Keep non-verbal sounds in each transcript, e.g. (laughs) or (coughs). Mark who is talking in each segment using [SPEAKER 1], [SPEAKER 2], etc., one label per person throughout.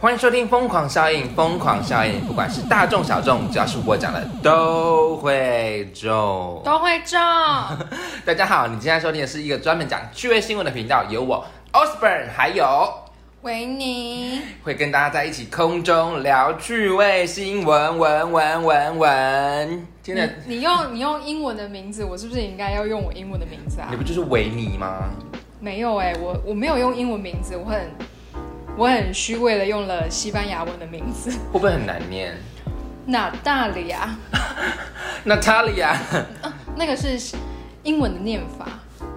[SPEAKER 1] 欢迎收听《疯狂效应》，疯狂效应，不管是大众小众，只要是我讲的都会中。
[SPEAKER 2] 都会
[SPEAKER 1] (laughs)
[SPEAKER 2] 中。
[SPEAKER 1] 大家好，你今天收听的是一个专门讲趣味新闻的频道，有我 Osborne，还有
[SPEAKER 2] 维尼，
[SPEAKER 1] 会跟大家在一起空中聊趣味新闻，文文文文。今天的
[SPEAKER 2] 你你用你用英文的名字，我是不是应该要用我英文的名字啊
[SPEAKER 1] 你？不就是维尼吗？
[SPEAKER 2] 没有哎、我我没有用英文名字，我很我很虚伪的用了西班牙文的名字， (laughs)
[SPEAKER 1] 会不会很难念？
[SPEAKER 2] 娜大里啊，
[SPEAKER 1] 娜塔莉亚，
[SPEAKER 2] 啊那个是英文的念法，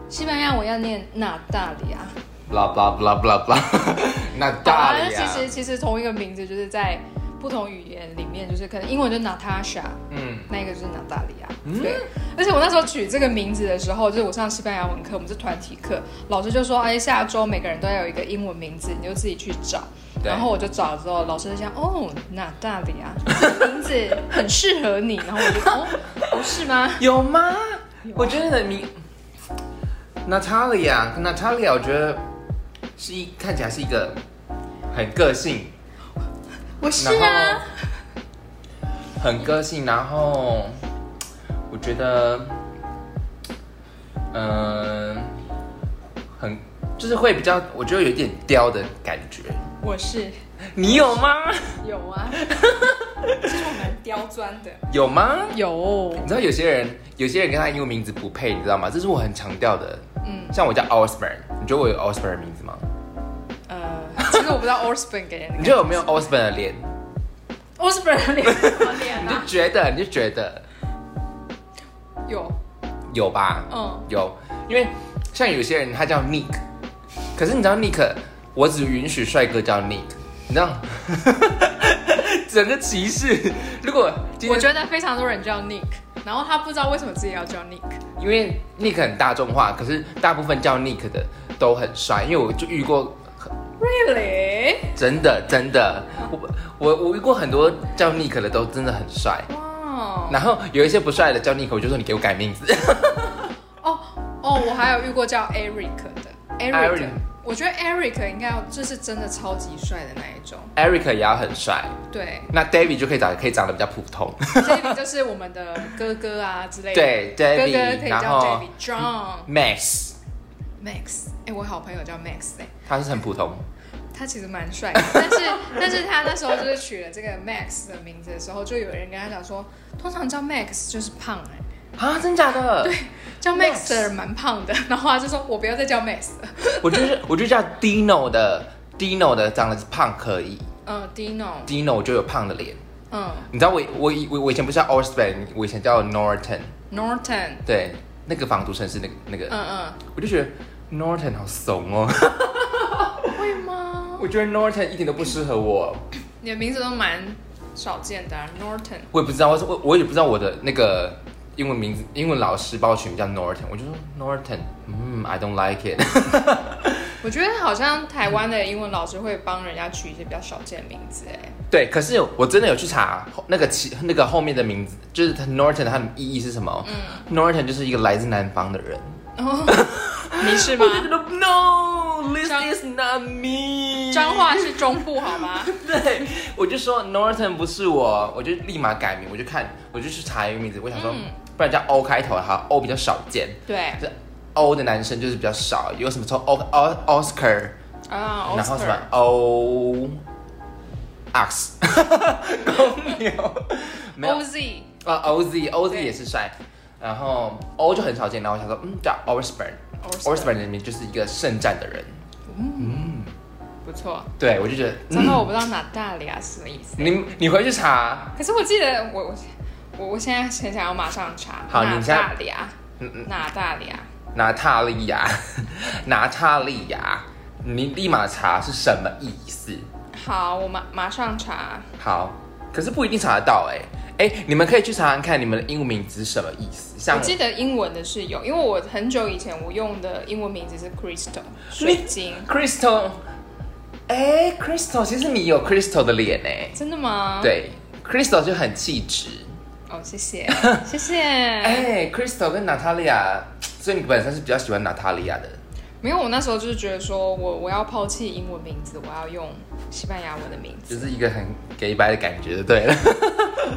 [SPEAKER 2] 西班牙文要念娜大里啊。
[SPEAKER 1] (laughs) blah blah blah blah blah，娜塔
[SPEAKER 2] 好啦啊
[SPEAKER 1] 莉
[SPEAKER 2] 那
[SPEAKER 1] 亚。
[SPEAKER 2] 其实其实同一个名字就是在不同语言里面，就是可能英文就 Natasha，
[SPEAKER 1] 嗯，
[SPEAKER 2] 那一个就是拿大利亚。对，而且我那时候取这个名字的时候，就是我上西班牙文课，我们是团体课，老师就说，哎，下周每个人都要有一个英文名字，你就自己去找。
[SPEAKER 1] 对
[SPEAKER 2] 然后我就找了之后，老师就想，哦，那大利亚名字很适合你，然后我就，哦，不是吗？
[SPEAKER 1] 有啊吗？我觉得你的名 Natalia 跟 Natalia，我觉得是一看起来是一个很个性，
[SPEAKER 2] 我是
[SPEAKER 1] 然
[SPEAKER 2] 啊
[SPEAKER 1] 后，很个性，然后我觉得，嗯、很就是会比较，我觉得有点刁的感觉。
[SPEAKER 2] 我是
[SPEAKER 1] 你有吗？
[SPEAKER 2] 有
[SPEAKER 1] (laughs)
[SPEAKER 2] 啊，其实我蛮刁钻的，
[SPEAKER 1] 有吗？
[SPEAKER 2] 有，
[SPEAKER 1] 你知道有些人，有些人跟他英文名字不配，你知道吗？这是我很强调的。
[SPEAKER 2] 嗯，
[SPEAKER 1] 像我叫 Osborne，你觉得我有 Osborne 的名字吗？
[SPEAKER 2] 呃，其实我不知道 Osborne 给人
[SPEAKER 1] 你觉得我没有 Osborne 的脸？
[SPEAKER 2] Osborne 的脸什么脸
[SPEAKER 1] 你就 (laughs)
[SPEAKER 2] 啊？
[SPEAKER 1] 觉得，你就觉得
[SPEAKER 2] 有，
[SPEAKER 1] 有吧？
[SPEAKER 2] 嗯，
[SPEAKER 1] 有，因为像有些人他叫 Nick，可是你知道 Nick，我只允许帅哥叫 Nick，你知道？ (laughs) 整个歧视。如果今
[SPEAKER 2] 我
[SPEAKER 1] 天，
[SPEAKER 2] 觉得非常多人叫 Nick，然后他不知道为什么自己要叫 Nick。
[SPEAKER 1] 因为 Nick 很大众化，可是大部分叫 Nick 的都很帅，因为我就遇过，
[SPEAKER 2] Really？
[SPEAKER 1] 真的真的，我我我遇过很多叫 Nick 的都真的很帅，
[SPEAKER 2] 哇！
[SPEAKER 1] 然后有一些不帅的叫 Nick，我就说你给我改名字。
[SPEAKER 2] 哦哦，我还有遇过叫 Eric 的
[SPEAKER 1] Eric
[SPEAKER 2] Eric，我觉得 Eric 应该要就是真的超级帅的那一种。
[SPEAKER 1] Eric 也要很帅， (laughs)
[SPEAKER 2] 对
[SPEAKER 1] 那 David 就可以长可以长得比较普通。
[SPEAKER 2] ，David 就是我们的哥哥啊之类的。，
[SPEAKER 1] 对
[SPEAKER 2] 哥哥可
[SPEAKER 1] ，David，
[SPEAKER 2] 以
[SPEAKER 1] 然
[SPEAKER 2] 叫
[SPEAKER 1] 后
[SPEAKER 2] David、John、
[SPEAKER 1] Max，
[SPEAKER 2] Max。哎，我好朋友叫 Max 哎、
[SPEAKER 1] 他是很普通，
[SPEAKER 2] 他其实蛮帅的， (laughs) 但是但是他那时候就是取了这个 Max 的名字的时候，就有人跟他讲说，通常叫 Max 就是胖哎、
[SPEAKER 1] 啊，真假的？对，
[SPEAKER 2] 叫
[SPEAKER 1] Max
[SPEAKER 2] Max 的人蛮胖的， (laughs) 然后他就说：“我不要再叫 Max 了。
[SPEAKER 1] 我就是我就叫 Dino 的 Dino 的长得是胖可以”
[SPEAKER 2] 嗯，Dino，
[SPEAKER 1] ，Dino 我就有胖的脸。
[SPEAKER 2] 嗯
[SPEAKER 1] 你知道我我我我以前不是叫 Osborne，我以前叫 Norton，
[SPEAKER 2] ，Norton，
[SPEAKER 1] 对，那个防毒城市那个那个，
[SPEAKER 2] 嗯
[SPEAKER 1] 我就觉得 Norton 好怂哦， (laughs)
[SPEAKER 2] 嗯，会吗？
[SPEAKER 1] 我觉得 Norton 一点都不适合我，
[SPEAKER 2] 你的名字都蛮少见的、啊、，Norton。
[SPEAKER 1] 我也不知道，我我我也不知道我的那个英文名字，英文老师把我取名叫 Norton，我就说 Norton，嗯，I don't like it。
[SPEAKER 2] 我觉得好像台湾的英文老师会帮人家取一些比较少见的名字，哎，
[SPEAKER 1] 对，可是我真的有去查后那个其那个后面的名字，就是他 Norton 它的意义是什么？n
[SPEAKER 2] 嗯
[SPEAKER 1] o r t o n 就是一个来自南方的人。
[SPEAKER 2] 你是
[SPEAKER 1] (laughs)
[SPEAKER 2] 吗
[SPEAKER 1] 我？就觉得 No, this
[SPEAKER 2] 彰
[SPEAKER 1] is not me。
[SPEAKER 2] 彰，化是中部好吗？
[SPEAKER 1] 对，我就说 Norton 不是我，我就立马改名，我就看，我就去查一个名字，我想说，
[SPEAKER 2] 嗯
[SPEAKER 1] 不然叫 O 开头，好，O 比较少见，
[SPEAKER 2] 对
[SPEAKER 1] 就是 O 的男生就是比较少，有什么从 O O Oscar，
[SPEAKER 2] 啊
[SPEAKER 1] 然后什么
[SPEAKER 2] ，Oscar，
[SPEAKER 1] O Ox，公 (laughs) 牛，没有
[SPEAKER 2] OZ，
[SPEAKER 1] 啊，OZ OZ
[SPEAKER 2] 对
[SPEAKER 1] 也是帅，然后 O 就很少见，然后我想说，嗯，叫
[SPEAKER 2] Osborne
[SPEAKER 1] Osborne，Osborne 里面就是一个圣战的人，
[SPEAKER 2] 不错。
[SPEAKER 1] 对我就觉得，嗯
[SPEAKER 2] 然后我不知道哪大理啊是什么意思，
[SPEAKER 1] 你你回去查，
[SPEAKER 2] 可是我记得我我我我现在很想要马上查
[SPEAKER 1] 好
[SPEAKER 2] 哪
[SPEAKER 1] 你现在
[SPEAKER 2] 大理啊，
[SPEAKER 1] 嗯嗯，
[SPEAKER 2] 哪大理啊。
[SPEAKER 1] 娜塔莉亚， (laughs) 娜塔莉亚，你立马查是什么意思？
[SPEAKER 2] 好，我马马上查。
[SPEAKER 1] 好，可是不一定查得到哎、哎、你们可以去查查看你们的英文名字是什么意思，像
[SPEAKER 2] 我记得英文的是有，因为我很久以前我用的英文名字是 Crystal
[SPEAKER 1] 你
[SPEAKER 2] 水晶，
[SPEAKER 1] Crystal，哎、c r y s t a l 其实你有 Crystal 的脸哎、
[SPEAKER 2] 真的吗？，
[SPEAKER 1] 对，Crystal 就很气质。
[SPEAKER 2] 哦，谢谢，谢谢。哎
[SPEAKER 1] 哎哎、c r y s t a l 跟娜塔莉亚，所以你本身是比较喜欢娜塔莉亚的。
[SPEAKER 2] 没有，我那时候就是觉得说我我要抛弃英文名字，我要用西班牙文的名字。
[SPEAKER 1] 就是一个很给白的感觉，就
[SPEAKER 2] (laughs)
[SPEAKER 1] 对了。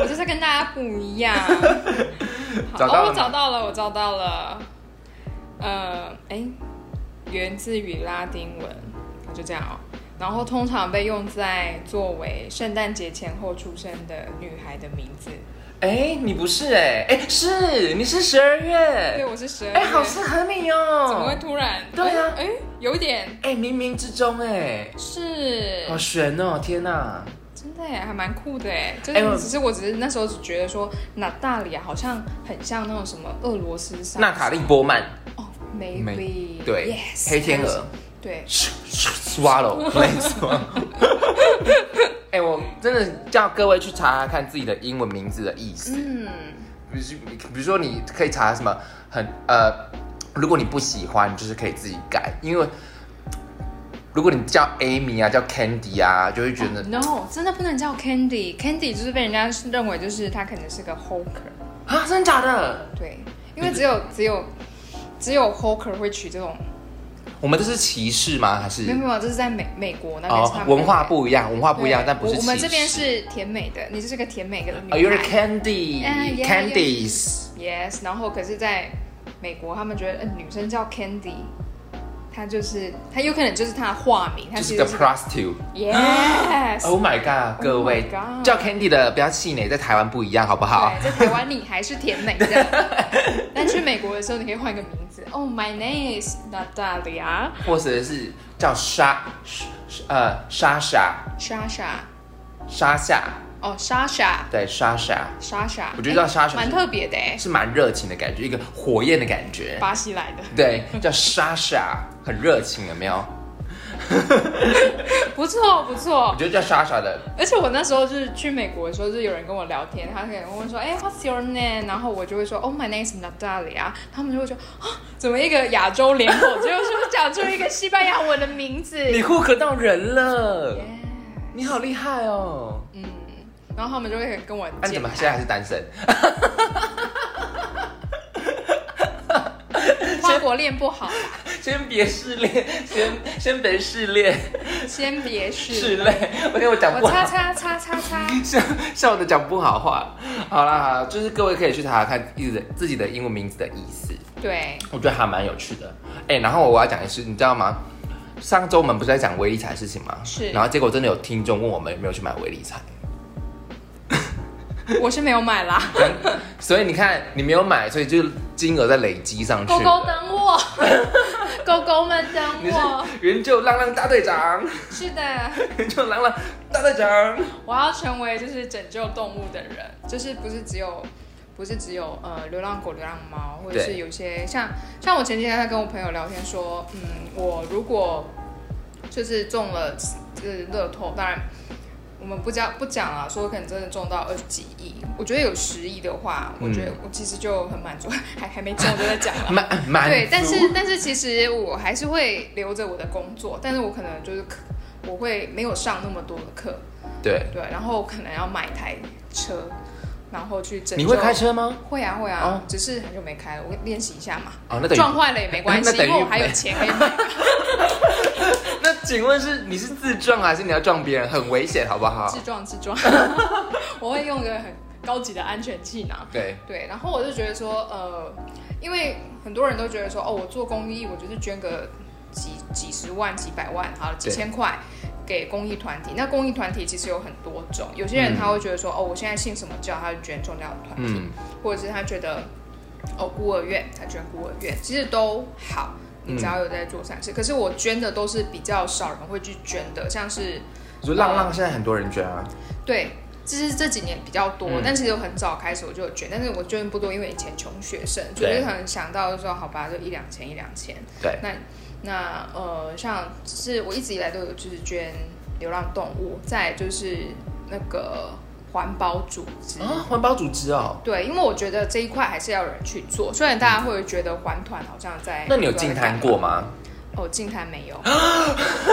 [SPEAKER 2] 我就是跟大家不一
[SPEAKER 1] (laughs)
[SPEAKER 2] 样。好
[SPEAKER 1] 找到了
[SPEAKER 2] 哦，我
[SPEAKER 1] 吗
[SPEAKER 2] 找到了，我找到了。呃，哎，源自于拉丁文，就这样哦。然后通常被用在作为圣诞节前后出生的女孩的名字。
[SPEAKER 1] 哎、你不是哎、哎、是你是十二
[SPEAKER 2] 对，
[SPEAKER 1] 月，
[SPEAKER 2] 我是十二月。
[SPEAKER 1] 哎、好适合你
[SPEAKER 2] 怎么会
[SPEAKER 1] 哦、
[SPEAKER 2] 突然？
[SPEAKER 1] 对啊
[SPEAKER 2] 哎，有点
[SPEAKER 1] 哎、冥冥之中哎、
[SPEAKER 2] 是
[SPEAKER 1] 好悬哦、天哪、
[SPEAKER 2] 真的耶，还蛮酷的哎。就
[SPEAKER 1] 哎我
[SPEAKER 2] 是只是我只是那时候只觉得说，纳大里亚好像很像那种什么俄罗斯杀
[SPEAKER 1] 娜塔莉波曼，
[SPEAKER 2] 哦
[SPEAKER 1] 没
[SPEAKER 2] ，maybe
[SPEAKER 1] 对
[SPEAKER 2] yes
[SPEAKER 1] 黑天鹅。
[SPEAKER 2] 对，
[SPEAKER 1] swallow，没
[SPEAKER 2] (laughs)
[SPEAKER 1] 错。 (laughs) 哎、我真的叫各位去查查看自己的英文名字的意思。
[SPEAKER 2] 嗯，
[SPEAKER 1] 比如，比如说你可以查什么很呃，如果你不喜欢，你就是可以自己改，因为如果你叫 Amy 啊，叫 Candy 啊，就会觉得
[SPEAKER 2] no 真的不能叫 Candy，Candy 就是被人家认为就是他可能是个 hawker，
[SPEAKER 1] 啊，真的假的？
[SPEAKER 2] 对，因为只有
[SPEAKER 1] 嗯
[SPEAKER 2] 只有只有 hawker 会取这种，
[SPEAKER 1] 我们这是歧视吗？还是
[SPEAKER 2] 没有没啊有，这是在美美国那边是他
[SPEAKER 1] 哦
[SPEAKER 2] 们，
[SPEAKER 1] 文化不一样，文化不一样，
[SPEAKER 2] 对
[SPEAKER 1] 但不是
[SPEAKER 2] 我
[SPEAKER 1] 歧
[SPEAKER 2] 我
[SPEAKER 1] 视。
[SPEAKER 2] 们这边是甜美的，你就是个甜美的女
[SPEAKER 1] 啊，有点
[SPEAKER 2] 孩
[SPEAKER 1] Candy、
[SPEAKER 2] 嗯，yeah，
[SPEAKER 1] Candies。
[SPEAKER 2] Yes，然后可是在美国，他们觉得、呃、女生叫 Candy，她就是她有可能就是她的化名，她
[SPEAKER 1] 就
[SPEAKER 2] 其
[SPEAKER 1] 是
[SPEAKER 2] 实
[SPEAKER 1] 个
[SPEAKER 2] 是
[SPEAKER 1] prostitute。
[SPEAKER 2] Yes。
[SPEAKER 1] Oh my god，各位
[SPEAKER 2] my god
[SPEAKER 1] 叫 Candy 的不要气馁，在台湾不一样，好不好？
[SPEAKER 2] 对，在台湾你还是甜美
[SPEAKER 1] (laughs)
[SPEAKER 2] 的，但去美国的时候你可以换一个名字。Oh, my name is Natalia
[SPEAKER 1] 或者是叫莎，呃，莎莎，
[SPEAKER 2] Sasha。
[SPEAKER 1] 莎夏，
[SPEAKER 2] 哦，Sasha
[SPEAKER 1] 对，莎莎
[SPEAKER 2] Sasha，
[SPEAKER 1] 我觉得叫 Sasha
[SPEAKER 2] 诶蛮特别的哎，
[SPEAKER 1] 是蛮热情的感觉，一个火焰的感觉。
[SPEAKER 2] 巴西来的，
[SPEAKER 1] 对，叫莎莎，很热情，有没有？
[SPEAKER 2] 不错不
[SPEAKER 1] 我
[SPEAKER 2] 错。
[SPEAKER 1] 觉得叫莎莎的，
[SPEAKER 2] 而且我那时候就是去美国的时候，就是有人跟我聊天，他可能问说，哎、w h a t s your name？然后我就会说，Oh, my name is Natalia。他们就会说，啊，怎么一个亚洲脸孔，结果说讲出一个西班牙文的名字。
[SPEAKER 1] 你 hook 到人了
[SPEAKER 2] Yeah
[SPEAKER 1] 你好厉害哦！
[SPEAKER 2] 嗯，然后他们就会跟我
[SPEAKER 1] 那、啊你
[SPEAKER 2] 健
[SPEAKER 1] 怎么
[SPEAKER 2] 谈
[SPEAKER 1] 现在还是单身？
[SPEAKER 2] 跨国恋不好啦，
[SPEAKER 1] 先别试恋，先先别试恋，
[SPEAKER 2] 先别试。
[SPEAKER 1] 试泪。我跟我讲不
[SPEAKER 2] 我
[SPEAKER 1] 好。
[SPEAKER 2] 擦擦擦擦擦，
[SPEAKER 1] (laughs) 笑笑的讲不好话。好啦，好啦就是各位可以去查查看自己的自己的英文名字的意思，
[SPEAKER 2] 对，
[SPEAKER 1] 我觉得还蛮有趣的。哎、然后我要讲的是，你知道吗？上周我们不是在讲威力彩的事情吗？
[SPEAKER 2] 是
[SPEAKER 1] 然后结果真的有听众问我们有没有去买威力彩，
[SPEAKER 2] 我是没有买啦。
[SPEAKER 1] 所以你看你没有买，所以就金额在累积上去。
[SPEAKER 2] 狗狗等我， (laughs) 狗狗们等
[SPEAKER 1] 你是
[SPEAKER 2] 我。
[SPEAKER 1] 援救浪浪大队长， (laughs)
[SPEAKER 2] 是的，
[SPEAKER 1] 援救浪浪大队长。
[SPEAKER 2] 我要成为就是拯救动物的人，就是不是只有。不是只有呃流浪狗、流浪猫，或者
[SPEAKER 1] 对
[SPEAKER 2] 是有些像像我前几天在跟我朋友聊天说，嗯，我如果就是中了就是乐透，当然我们不讲不讲啊，说可能真的中到二十几亿，我觉得有十亿的话，我觉得我其实就很满足，还还没中就在讲了。
[SPEAKER 1] 满满足
[SPEAKER 2] 对，但是但是其实我还是会留着我的工作，但是我可能就是课我会没有上那么多的课，
[SPEAKER 1] 对，
[SPEAKER 2] 对，然后可能要买一台车，然后去拯救。
[SPEAKER 1] 你会开？车吗？
[SPEAKER 2] 会啊会啊，
[SPEAKER 1] 哦
[SPEAKER 2] 只是很久没开了，我练习一下嘛。
[SPEAKER 1] 哦，那等于
[SPEAKER 2] 撞坏了也没关
[SPEAKER 1] (laughs)
[SPEAKER 2] 系，
[SPEAKER 1] 那等于
[SPEAKER 2] 因为我还有钱可以买。
[SPEAKER 1] 那请问是你是自撞还是你要撞别人？很危险，好不 (laughs) 好
[SPEAKER 2] 自？撞自
[SPEAKER 1] (laughs)
[SPEAKER 2] 撞，我会用一个很高级的安全气囊。
[SPEAKER 1] 对，
[SPEAKER 2] 对，然后我就觉得说，呃，因为很多人都觉得说，哦，我做公益，我就是捐个几几十万、几百万，好了，几
[SPEAKER 1] 对
[SPEAKER 2] 千块给公益团体。那公益团体其实有很多种，有些人他会觉得说，哦，我现在信什么教，他就捐宗教团体，
[SPEAKER 1] 嗯，
[SPEAKER 2] 或者是他觉得，哦，孤儿院，他捐孤儿院，其实都好。你只要有在做
[SPEAKER 1] 嗯
[SPEAKER 2] 善事，可是我捐的都是比较少人会去捐的，像是
[SPEAKER 1] 我觉得浪浪现在很多人捐啊，
[SPEAKER 2] 对，就是这几年比较多，
[SPEAKER 1] 嗯
[SPEAKER 2] 但其实我很早开始我就有捐，但是我捐不多，因为以前穷学生，就
[SPEAKER 1] 对
[SPEAKER 2] 是可能想到就说好吧，就一两千一两千。
[SPEAKER 1] 对，
[SPEAKER 2] 那那呃，像是我一直以来都有就是捐流浪动物，再来就是那个环保组织。
[SPEAKER 1] 啊，环保组织哦。
[SPEAKER 2] 对，因为我觉得这一块还是要有人去做，虽然大家会觉得环团好像在……
[SPEAKER 1] 那你有进摊过？吗？
[SPEAKER 2] 哦，净坛没有。
[SPEAKER 1] (laughs)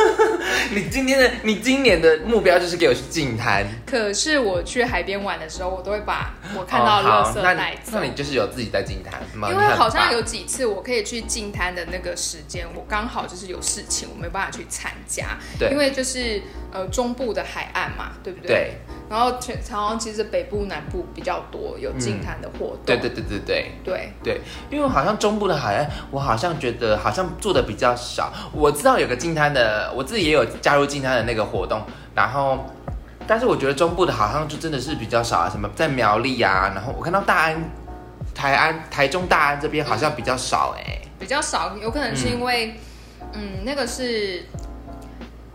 [SPEAKER 1] 你今天的你今年的目标就是给我去净滩，
[SPEAKER 2] 可是我去海边玩的时候，我都会把我看
[SPEAKER 1] 哦
[SPEAKER 2] 到的
[SPEAKER 1] 好
[SPEAKER 2] 垃圾
[SPEAKER 1] 那
[SPEAKER 2] 带
[SPEAKER 1] 你
[SPEAKER 2] 走。
[SPEAKER 1] 那你就是有自己在净滩吗？
[SPEAKER 2] 因
[SPEAKER 1] 你
[SPEAKER 2] 为
[SPEAKER 1] 很
[SPEAKER 2] 好像
[SPEAKER 1] 棒
[SPEAKER 2] 有几次我可以去进摊的那个时间，我刚好就是有事情，我没办法去参加。
[SPEAKER 1] 对
[SPEAKER 2] 因为就是呃中部的海岸嘛，对不对？。
[SPEAKER 1] 对
[SPEAKER 2] 然后全好像其实北部、南部比较多有进摊的活动。
[SPEAKER 1] 嗯对对对对对。
[SPEAKER 2] 对
[SPEAKER 1] 对，因为好像中部的海岸，我好像觉得好像做的比较少。我知道有个进滩的，我自己也有加入进滩的那个活动，然后，但是我觉得中部的好像就真的是比较少啊，什么在苗栗啊，然后我看到大安、台安、台中大安这边好像比较少哎、
[SPEAKER 2] 比较少，有可能是因为嗯那个是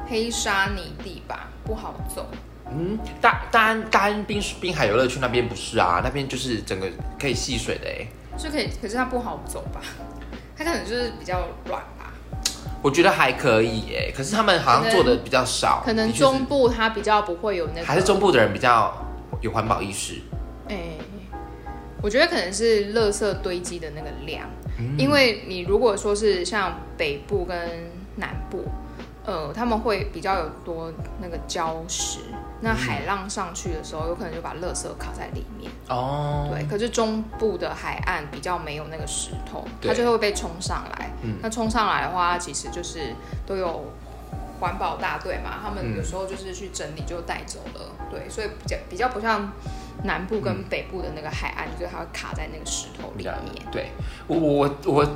[SPEAKER 2] 黑沙泥地吧，不好走。
[SPEAKER 1] 嗯，大大安大安滨滨海游乐区那边不是啊，那边就是整个可以戏水的哎、
[SPEAKER 2] 就可以，可是它不好走吧？ (laughs) 它可能就是比较软吧。
[SPEAKER 1] 我觉得还可以哎、可是他们好像做的比较少，
[SPEAKER 2] 可能
[SPEAKER 1] 的确是
[SPEAKER 2] 中部它比较不会有那个，
[SPEAKER 1] 还是中部的人比较有环保意识。
[SPEAKER 2] 哎、我觉得可能是垃圾堆积的那个量，
[SPEAKER 1] 嗯
[SPEAKER 2] 因为你如果说是像北部跟南部，呃，他们会比较有多那个礁石，
[SPEAKER 1] 嗯
[SPEAKER 2] 那海浪上去的时候，有可能就把垃圾卡在里面。
[SPEAKER 1] 哦，
[SPEAKER 2] 对，可是中部的海岸比较没有那个石头，
[SPEAKER 1] 对嗯
[SPEAKER 2] 它就会被冲上来。那冲上来的话，其实就是都有环保大队嘛，他们
[SPEAKER 1] 嗯
[SPEAKER 2] 有时候就是去整理就带走了。对，所以比较比较不像南部跟北部的那个海岸，就是它会卡在那个石头里面。
[SPEAKER 1] 对我我我我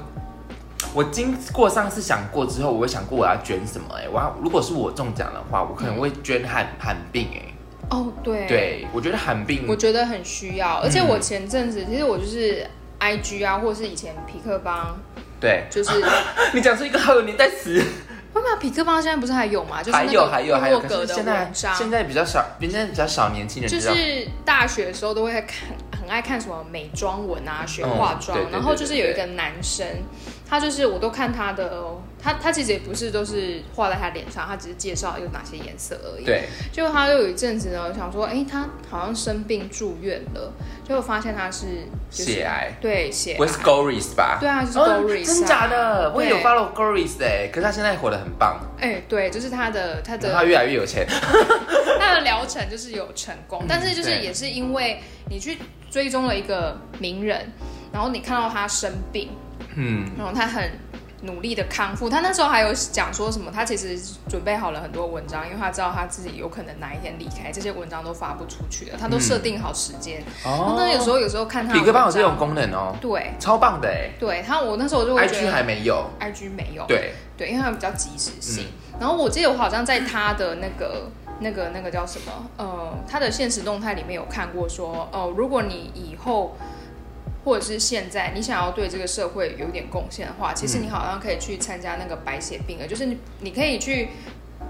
[SPEAKER 1] 我经过上次想过之后，我会想过我要捐什么哎、我要如果是我中奖的话，我可能会捐罕罕病哎、
[SPEAKER 2] 哦，嗯对，，
[SPEAKER 1] 对嗯我觉得罕病
[SPEAKER 2] 我觉得很需要。而且我前阵子，其实我就是。I G 啊，或者是以前皮克邦，
[SPEAKER 1] 对，
[SPEAKER 2] 就是
[SPEAKER 1] (coughs) 你讲出一个好有年代词，
[SPEAKER 2] 会吗？皮克邦现在不是还有吗？就是
[SPEAKER 1] 还
[SPEAKER 2] 那
[SPEAKER 1] 有
[SPEAKER 2] 个
[SPEAKER 1] 还有还有，
[SPEAKER 2] 部落格
[SPEAKER 1] 可是
[SPEAKER 2] 的
[SPEAKER 1] 现在
[SPEAKER 2] 文章，
[SPEAKER 1] 现在比较少，现在比较少年轻人
[SPEAKER 2] 就
[SPEAKER 1] 知道，
[SPEAKER 2] 是大学的时候都会看，很爱看什么美妆文啊，学
[SPEAKER 1] 嗯
[SPEAKER 2] 化妆
[SPEAKER 1] 对对，对
[SPEAKER 2] 然后就是有一个男生，他就是我都看他的哦，他他其实也不是都是画在他脸上，他只是介绍有哪些颜色而已。，
[SPEAKER 1] 对，
[SPEAKER 2] 结果他就有一阵子呢，想说，哎，他好像生病住院了，结果发现他是就是
[SPEAKER 1] 血癌，
[SPEAKER 2] 对血
[SPEAKER 1] 不会是
[SPEAKER 2] 癌，
[SPEAKER 1] Goris 吧？
[SPEAKER 2] 对啊，就是
[SPEAKER 1] 哦
[SPEAKER 2] Goris，、啊
[SPEAKER 1] 真假的，我也有
[SPEAKER 2] 对
[SPEAKER 1] follow Goris 哎、可是他现在活得很棒，
[SPEAKER 2] 哎，对，就是他的他的
[SPEAKER 1] 然后他越来越有钱，
[SPEAKER 2] (laughs) 它的疗程就是有成功，但是就是
[SPEAKER 1] 嗯对
[SPEAKER 2] 也是因为你去追踪了一个名人，然后你看到他生病，
[SPEAKER 1] 嗯，
[SPEAKER 2] 然后他很努力的康复。他那时候还有讲说什么，他其实准备好了很多文章，因为他知道他自己有可能哪一天离开，这些文章都发不出去了，他都设定好时间。然哦后那有时候有时候看他的
[SPEAKER 1] 嗯哦比克棒有
[SPEAKER 2] 文
[SPEAKER 1] 这种
[SPEAKER 2] 章，
[SPEAKER 1] 功能哦，
[SPEAKER 2] 对
[SPEAKER 1] 超棒的哎、
[SPEAKER 2] 对，他我那时候就会觉
[SPEAKER 1] IG
[SPEAKER 2] 得
[SPEAKER 1] 还没有，
[SPEAKER 2] IG 没有，
[SPEAKER 1] 对，
[SPEAKER 2] 对，因为它比较及时性。
[SPEAKER 1] 嗯
[SPEAKER 2] 然后我记得我好像在他的那个、那个、那个叫什么？呃，他的现实动态里面有看过说，哦、如果你以后或者是现在你想要对这个社会有一点贡献的话，其实你好像可以去参加那个白血
[SPEAKER 1] 嗯
[SPEAKER 2] 病了，就是你你可以去。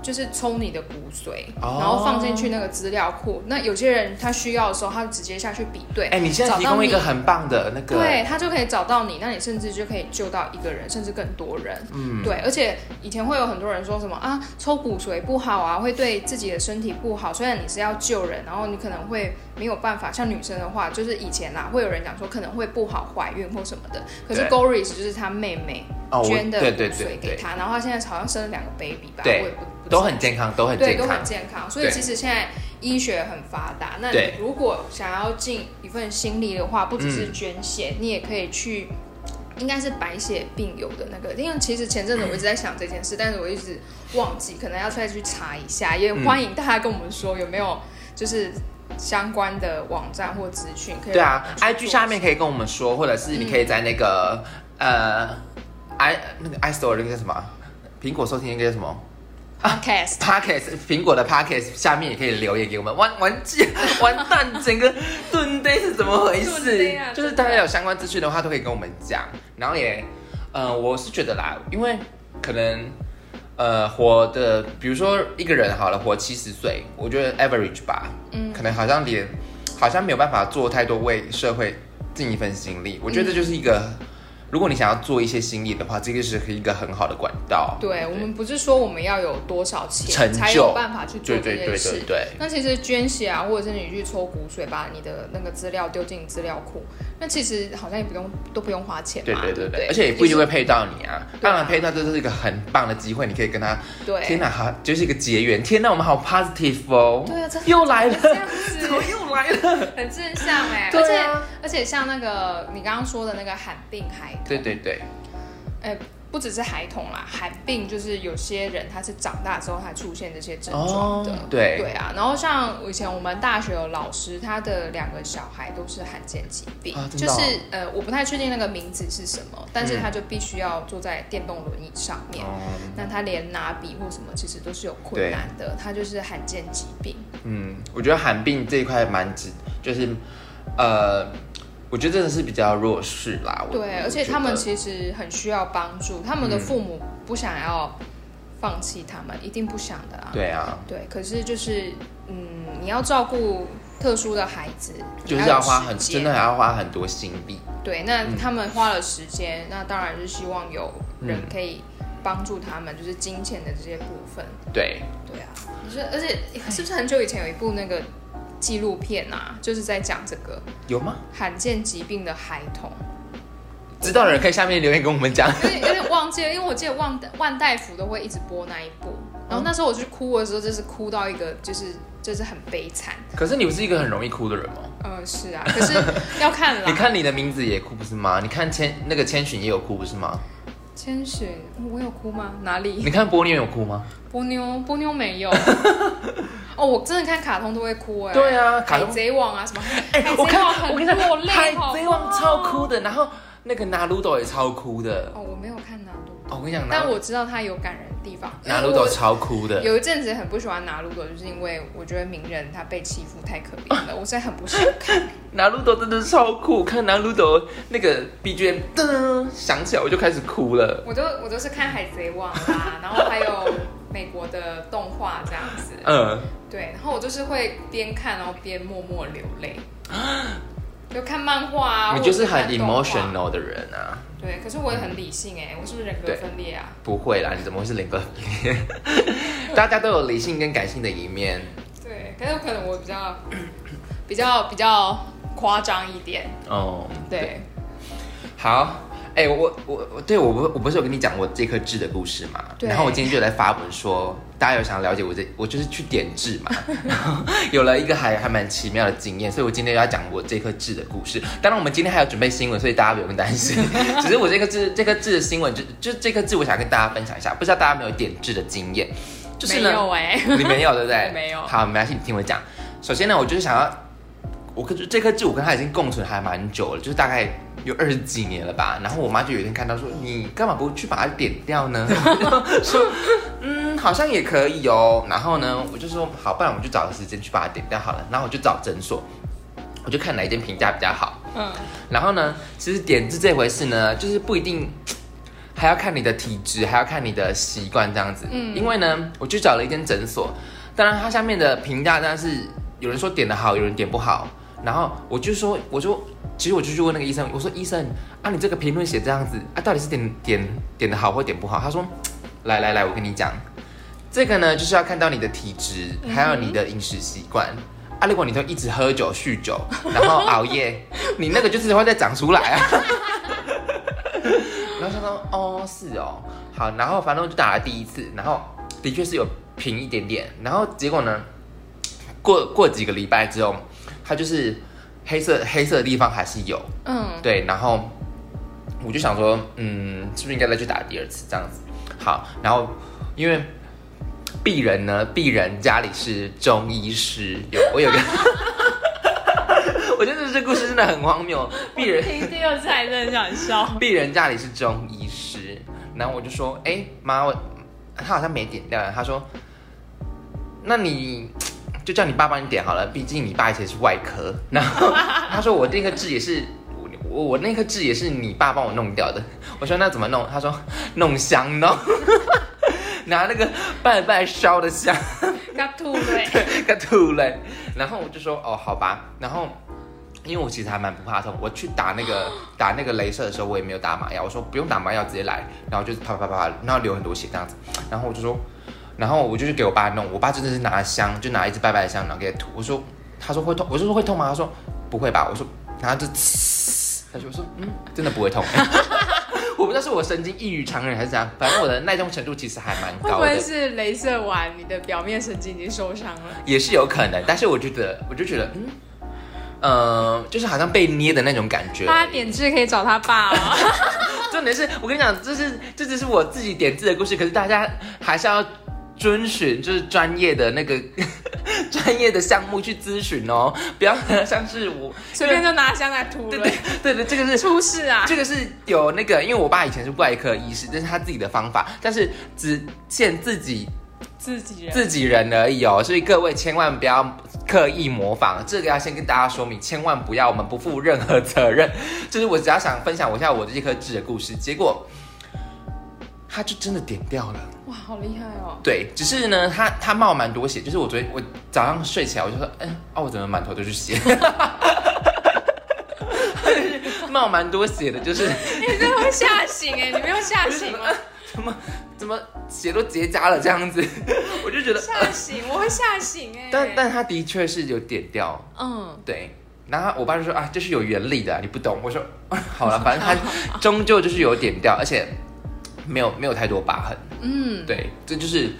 [SPEAKER 2] 就是抽你的骨髓，
[SPEAKER 1] 哦
[SPEAKER 2] 然后放进去那个资料库。那有些人他需要的时候，他直接下去比对。
[SPEAKER 1] 哎、你现在
[SPEAKER 2] 找
[SPEAKER 1] 提
[SPEAKER 2] 到
[SPEAKER 1] 供一
[SPEAKER 2] 你
[SPEAKER 1] 个很棒的那个，
[SPEAKER 2] 对他就可以找到你，那你甚至就可以救到一个人，甚至更多人。嗯，对，而且以前会有很多人说什么啊，抽骨髓不好啊，会对自己的身体不好。虽然你是要救人，然后你可能会没有办法。像女生的话，就是以前啊啦，会有人讲说可能会不好怀孕或什么的。可是
[SPEAKER 1] 对
[SPEAKER 2] Goris 就是他妹妹
[SPEAKER 1] 哦，我
[SPEAKER 2] 捐的骨
[SPEAKER 1] 对对对
[SPEAKER 2] 髓给
[SPEAKER 1] 对，
[SPEAKER 2] 他，然后他现在好像生了两个 baby 吧，我
[SPEAKER 1] 对
[SPEAKER 2] 也不不知道
[SPEAKER 1] 都很健康，都很
[SPEAKER 2] 对，
[SPEAKER 1] 健
[SPEAKER 2] 都
[SPEAKER 1] 康
[SPEAKER 2] 很，健康。所以
[SPEAKER 1] 对
[SPEAKER 2] 其实现在医学很发达，那
[SPEAKER 1] 对
[SPEAKER 2] 你如果想要尽一份心力的话，不只是捐血，
[SPEAKER 1] 嗯
[SPEAKER 2] 你也可以去。应该是白血病有的那个，因为其实前阵子我一直在想这件事，但是我一直忘记，可能要再去查一下。也
[SPEAKER 1] 嗯
[SPEAKER 2] 欢迎大家跟我们说有没有就是相关的网站或资讯可以。
[SPEAKER 1] 对啊，IG 下面可以跟我们说，或者是你可以在那个、呃 i 那个 iStore 那个叫什么啊，苹果收听那个叫什么
[SPEAKER 2] Podcast，
[SPEAKER 1] Pockets，苹果的 Pockets 下面也可以留言给我们。完 (laughs) 完记完蛋，整个盾杯是怎么回
[SPEAKER 2] 顿
[SPEAKER 1] 事
[SPEAKER 2] 呆？啊
[SPEAKER 1] 就是大家有相关资讯的话，都可以跟我们讲。然后也，呃，我是觉得啦，因为可能。呃，活的，比如说一个人好了，活七十岁，我觉得 average 吧，嗯，可能好像连好像没有办法做太多为社会尽一份心力。我觉得这就是一个，
[SPEAKER 2] 嗯
[SPEAKER 1] 如果你想要做一些心力的话，这个是一个很好的管道。
[SPEAKER 2] 对我们不是说我们要有多少钱
[SPEAKER 1] 成
[SPEAKER 2] 才
[SPEAKER 1] 就
[SPEAKER 2] 有办法去做
[SPEAKER 1] 对
[SPEAKER 2] 这
[SPEAKER 1] 对对
[SPEAKER 2] 件
[SPEAKER 1] 对
[SPEAKER 2] 事
[SPEAKER 1] 对对。
[SPEAKER 2] 那其实捐血啊，或者是你去抽骨髓，把你的那个资料丢进资料库，那其实好像也不用都不用花钱
[SPEAKER 1] 对
[SPEAKER 2] 嘛，
[SPEAKER 1] 对对
[SPEAKER 2] 不
[SPEAKER 1] 对，而且也不一定会
[SPEAKER 2] 就是
[SPEAKER 1] 配到你啊。
[SPEAKER 2] 对啊
[SPEAKER 1] 当然配到这是一个很棒的机会，你可以跟他。天
[SPEAKER 2] 对
[SPEAKER 1] 哪，好，就是一个结缘。天哪，我们好 positive 哦。
[SPEAKER 2] 对啊，真的
[SPEAKER 1] 又来了，
[SPEAKER 2] 这样
[SPEAKER 1] (laughs)
[SPEAKER 2] 子
[SPEAKER 1] 怎么又来了？
[SPEAKER 2] 很正向哎、而
[SPEAKER 1] 对
[SPEAKER 2] 且
[SPEAKER 1] 啊，
[SPEAKER 2] 而且像那个你刚刚说的那个罕病孩童，
[SPEAKER 1] 对对对，
[SPEAKER 2] 呃不只是孩童啦，罕病就是有些人他是长大之后才出现这些症状的。
[SPEAKER 1] 对
[SPEAKER 2] 对啊，然后像我以前我们大学有老师，他的两个小孩都是罕见疾病，
[SPEAKER 1] 啊真
[SPEAKER 2] 就
[SPEAKER 1] 的哦嗯
[SPEAKER 2] 是呃，我不太确定那个名字是什么，但是他就必须要坐在电动轮椅上面，
[SPEAKER 1] 哦，
[SPEAKER 2] 那他连拿笔或什么其实都是有困难的，他就是罕见疾病。
[SPEAKER 1] 嗯，我觉得寒病这一块蛮值，就是呃，我觉得真的是比较弱势啦。我
[SPEAKER 2] 对，
[SPEAKER 1] 哦我
[SPEAKER 2] 而且
[SPEAKER 1] 觉
[SPEAKER 2] 他们
[SPEAKER 1] 得
[SPEAKER 2] 其实很需要帮助，他们的
[SPEAKER 1] 嗯
[SPEAKER 2] 父母不想要放弃他们，一定不想的啊。
[SPEAKER 1] 对啊，
[SPEAKER 2] 对，可是就是，嗯，你要照顾特殊的孩子，
[SPEAKER 1] 就
[SPEAKER 2] 你
[SPEAKER 1] 是
[SPEAKER 2] 有
[SPEAKER 1] 要花
[SPEAKER 2] 时
[SPEAKER 1] 很嗯
[SPEAKER 2] 间啊
[SPEAKER 1] 真的还要花很多心力。
[SPEAKER 2] 对。那他们花了时间，那当然是希望有人
[SPEAKER 1] 嗯
[SPEAKER 2] 可以帮助他们，就是金钱的这些部分。
[SPEAKER 1] 对，
[SPEAKER 2] 对啊，就是而且是不是很久以前有一部那个纪录片啊，就是在讲这个
[SPEAKER 1] 有吗？
[SPEAKER 2] 罕见疾病的孩童，
[SPEAKER 1] 知道的人可以下面留言跟我们讲。
[SPEAKER 2] 有点有点忘记了，因为我记得万万代福都会一直播那一部。然后那时候我去哭的时候，就是哭到一个，就是就是很悲惨。
[SPEAKER 1] 可是你不是一个很容易哭的人吗？
[SPEAKER 2] 嗯，是啊，
[SPEAKER 1] (laughs)
[SPEAKER 2] 可是要看啦。
[SPEAKER 1] 你看你的名字也哭不是吗？你看千那个千寻也有哭不是吗？
[SPEAKER 2] 千寻，我有哭吗？哪里？
[SPEAKER 1] 你看波妞有哭吗？
[SPEAKER 2] 波妞，波妞没
[SPEAKER 1] (laughs)
[SPEAKER 2] 有。哦，我真的看卡通都会哭哎、
[SPEAKER 1] 对啊卡通
[SPEAKER 2] 海贼王啊什么，
[SPEAKER 1] 哎、
[SPEAKER 2] 海贼
[SPEAKER 1] 我看
[SPEAKER 2] 王
[SPEAKER 1] 我跟
[SPEAKER 2] 很
[SPEAKER 1] 你讲
[SPEAKER 2] 落，泪，
[SPEAKER 1] 海
[SPEAKER 2] 好不
[SPEAKER 1] 贼
[SPEAKER 2] 好
[SPEAKER 1] 王超哭的，然后那个拿鲁斗也超哭的。
[SPEAKER 2] 哦，我没有看拿鲁，
[SPEAKER 1] 哦我跟你讲，
[SPEAKER 2] 但
[SPEAKER 1] 拿
[SPEAKER 2] 我知道他有感人的地方。
[SPEAKER 1] 拿鲁
[SPEAKER 2] 因为
[SPEAKER 1] 斗
[SPEAKER 2] 我
[SPEAKER 1] 超哭的。
[SPEAKER 2] 有一阵子很不喜欢拿鲁斗，就是因为我觉得鸣人他被欺负太可怜了，我真的很不想看。
[SPEAKER 1] 拿鲁斗真的超酷，看拿鲁斗那个 BGM 噔响起来，我就开始哭了。
[SPEAKER 2] 我都我都是看海贼王啦，然后还有美国的动画这样子。
[SPEAKER 1] 嗯，
[SPEAKER 2] 对，然后我就是会边看然后边默默流
[SPEAKER 1] (gasps)
[SPEAKER 2] 泪，就看漫画啊。
[SPEAKER 1] 你就是
[SPEAKER 2] 或
[SPEAKER 1] 很
[SPEAKER 2] 者是看动画
[SPEAKER 1] emotional 的人啊。
[SPEAKER 2] 对，可是我也很理性哎、我是不是人格
[SPEAKER 1] 对
[SPEAKER 2] 分裂啊？
[SPEAKER 1] 不会啦，你怎么会是零个？ (laughs) 大家都有理性跟感性的一面。
[SPEAKER 2] 对，可是可能我比较 (clears throat) 比较比较夸张一点。
[SPEAKER 1] 哦，
[SPEAKER 2] 对，
[SPEAKER 1] 好，哎、我我我对我不我不是有跟你讲我这颗痣的故事嘛？
[SPEAKER 2] 对
[SPEAKER 1] 然后我今天就来发文说，大家有想了解我这，我就是去点痣
[SPEAKER 2] (laughs)
[SPEAKER 1] 嘛，然后有了一个还还蛮奇妙的经验，所以我今天要讲我这颗痣的故事。当然，我们今天还有准备新闻，所以大家不用担
[SPEAKER 2] (laughs)
[SPEAKER 1] 心。只是我这颗痣这颗痣的新闻，就就这颗痣，我想跟大家分享一下，不知道大家有没有点痣的经验？就是呢
[SPEAKER 2] 没，有哎、
[SPEAKER 1] (laughs) 你没有对不对？
[SPEAKER 2] 我 (laughs) 没有
[SPEAKER 1] 好，没关系，你听我讲。首先呢，我就是想要，我跟这颗痣，我跟他已经共存还蛮久了，就是大概有二十几年了吧。然后我妈就有一天看到说：“你干嘛不去把它点掉呢？” (laughs) 说：“嗯，好像也可以哦。”然后呢，我就说：“好，不然我们就找个时间去把它点掉好了。”然后我就找诊所，我就看哪一间评价比较好。
[SPEAKER 2] 嗯，
[SPEAKER 1] 然后呢，其实点痣这回事呢，就是不一定，还要看你的体质，还要看你的习惯这样子。嗯，因为呢，我去找了一间诊所，当然它下面的评价当然是有人说点的好，有人点不好。然后我就说，我就其实我就去问那个医生，我说医生啊，你这个评论写这样子啊，到底是点点点的好或点不好？他说，来来来，我跟你讲，这个呢就是要看到你的体质，还有你的饮食习惯。啊，如果你都一直喝酒、酗酒，然后熬夜，你那个就是会再长出来啊。 (laughs) 然后他说哦是哦好，然后反正我就打了第一次，然后的确是有平一点点，然后结果呢，过过几个礼拜之后，它就是黑色黑色的地方还是有，
[SPEAKER 2] 嗯，
[SPEAKER 1] 对，然后我就想说，嗯，是不是应该再去打第二次这样子？好，然后因为鄙人呢，鄙人家里是中医师，有我有个， (laughs) 我觉得这故事真的很荒谬，鄙人。
[SPEAKER 2] 听第二次还是很
[SPEAKER 1] (laughs)
[SPEAKER 2] 想笑。
[SPEAKER 1] 鄙人家里是中医师，然后我就说，哎、妈，我他好像没点掉，啊他说，那你就叫你爸帮你点好了，毕竟你爸以前是外科。然后 (laughs) 他说我那颗痣也是。我我我那颗痣也是你爸帮我弄掉的，我说那怎么弄？他说弄香弄， (laughs) 拿那个拜拜烧的香，
[SPEAKER 2] 他吐了欸、
[SPEAKER 1] 给吐了。然后我就说哦，好吧。然后因为我其实还蛮不怕痛，我去打那个打那个镭射的时候，我也没有打麻药，我说不用打麻药，直接来。然后就是啪啪啪啪，然后流很多血这样子。然后我就说，然后我就去给我爸弄，我爸真的是拿香，就拿一支拜拜的香，然后给他涂。我说，他说会痛，我就说会痛吗？他说不会吧。我说，然后就。下去，我说嗯，真的不会痛。 (laughs) 我不知道是我神经异于常人还是怎样，反正我的耐痛程度其实还蛮
[SPEAKER 2] 会不
[SPEAKER 1] 高
[SPEAKER 2] 会
[SPEAKER 1] 的，
[SPEAKER 2] 是镭射完，你的表面神经已经受伤了？
[SPEAKER 1] 也是有可能。但是我觉得，我就觉得，嗯，呃，就是好像被捏的那种感觉。
[SPEAKER 2] 他点痣可以找他
[SPEAKER 1] (laughs)
[SPEAKER 2] 爸哦。
[SPEAKER 1] 重点是我跟你讲，这是这只是我自己点字的故事，可是大家还是要遵循就是专业的那个 (laughs) 专业的项目去咨询哦，不要像是我
[SPEAKER 2] 随便就拿香来涂
[SPEAKER 1] 对
[SPEAKER 2] 了
[SPEAKER 1] 对，对对，这个是。
[SPEAKER 2] 出事啊！
[SPEAKER 1] 这个是有那个，因为我爸以前是外科医师，这是他自己的方法，但是只限自己
[SPEAKER 2] 自己人，
[SPEAKER 1] 自己人而已哦，所以各位千万不要刻意模仿，这个要先跟大家说明，千万不要，我们不负任何责任。 (laughs) 就是我只要想分享我一下我这颗痣的故事，结果他就真的点掉了。
[SPEAKER 2] 哇，好厉害哦！ (laughs)
[SPEAKER 1] 对，只是呢，他他冒蛮多血，就是我昨天我早上睡起来我就说，嗯，哦，我怎么满头都是血？ (laughs) 冒蛮多血的，就是
[SPEAKER 2] 你这会吓醒哎，你没有吓醒吗？
[SPEAKER 1] 怎么怎么血都结痂了这样子， (laughs) 我就觉得，
[SPEAKER 2] 吓醒，我会吓醒哎。
[SPEAKER 1] 但但他的确是有点掉，
[SPEAKER 2] 嗯，
[SPEAKER 1] 对，然后我爸就说啊，这是有原理的啊、你不懂。我说 (laughs) 好了，反正他终究就是有点掉，而且没有没有太多疤痕。
[SPEAKER 2] 嗯，
[SPEAKER 1] 对，这就是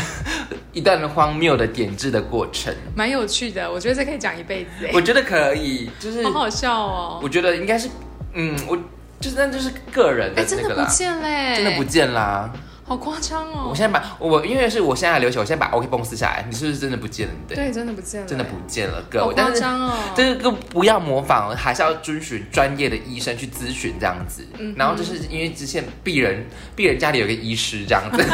[SPEAKER 1] (laughs) 一段荒谬的点痣的过程。
[SPEAKER 2] 蛮有趣的，我觉得这可以讲一辈子哎
[SPEAKER 1] 我，觉得可以，就是
[SPEAKER 2] 好好笑哦。
[SPEAKER 1] 我觉得应该是，嗯，我就是那就是个人的
[SPEAKER 2] 哎，真
[SPEAKER 1] 那个
[SPEAKER 2] 的
[SPEAKER 1] 啦
[SPEAKER 2] 不，见嘞，
[SPEAKER 1] 真的不，见啦。
[SPEAKER 2] 好夸张
[SPEAKER 1] 我
[SPEAKER 2] 哦。
[SPEAKER 1] 现在把我因为是我现在流行，我现在把 OK 绷撕下来，你是不是真的不见了？对，
[SPEAKER 2] 对，真的不见了，
[SPEAKER 1] 真的不见了，各
[SPEAKER 2] 好
[SPEAKER 1] 位。
[SPEAKER 2] 夸
[SPEAKER 1] 但是 (laughs)
[SPEAKER 2] 张哦。
[SPEAKER 1] 这个不要模仿，还是要遵循专业的医生去咨询这样子。
[SPEAKER 2] 嗯哼
[SPEAKER 1] 然后就是因为之前鄙人鄙人家里有个医师这样子，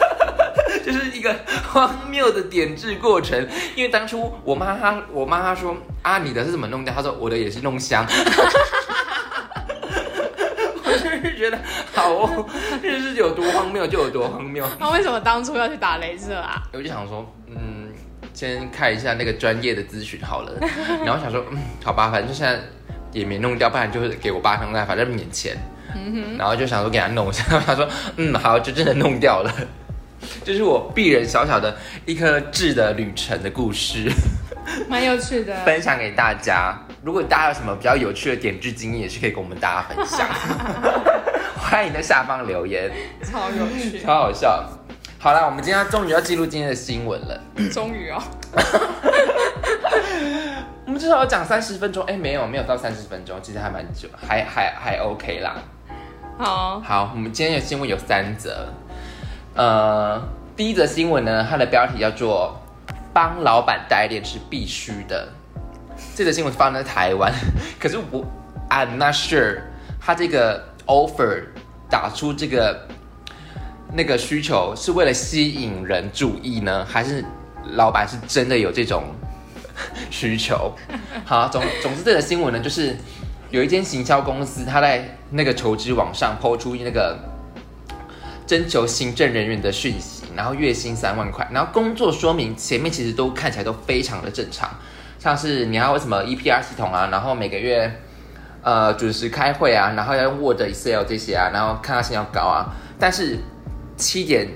[SPEAKER 1] (laughs) 就是一个荒谬的点痣过程。因为当初我妈她我妈她说啊你的是怎么弄掉？她说我的也是弄香。 (laughs) 我就是觉得好哦，就是有多荒谬就有多荒谬。
[SPEAKER 2] 那为什么当初要去打镭射啊？
[SPEAKER 1] 我就想说，嗯，先看一下那个专业的咨询好了。然后想说，嗯，好吧，反正现在也没弄掉，不然就是给我爸弄掉，反正免钱。然后就想说给他弄一下， (laughs) 他说，嗯，好，就真的弄掉了。这是我鄙人小小的一颗痣的旅程的故事，
[SPEAKER 2] 蛮有趣的。
[SPEAKER 1] 分享给大家。如果大家有什么比较有趣的点痣经验，也是可以跟我们大家分享。 (laughs) 欢迎在下方留言，
[SPEAKER 2] 超有趣，
[SPEAKER 1] 超好笑。好了，我们今天终于要进入今天的新闻了。
[SPEAKER 2] 终于哦，
[SPEAKER 1] 我们至少要讲三十分钟，哎、没有没有到三十分钟，其实还蛮久，还还还 OK 啦。
[SPEAKER 2] 好，
[SPEAKER 1] 好，我们今天的新闻有三则，呃，第一则新闻呢，它的标题叫做“帮老板代练是必须的”，这则新闻发生在台湾， (laughs) 可是我 I'm not sure 他这个 offer 打出这个那个需求是为了吸引人注意呢，还是老板是真的有这种 (laughs) 需求？ (laughs) 好，总总之这个新闻呢，就是有一间行销公司，他在那个求职网上抛出那个征求行政人员的讯息，然后月薪三万块，然后工作说明前面其实都看起来都非常的正常，像是你要有什么 EPR 系统啊，然后每个月呃准时开会啊，然后要用 Word、Excel 这些啊，然后抗压性要高啊，但是七点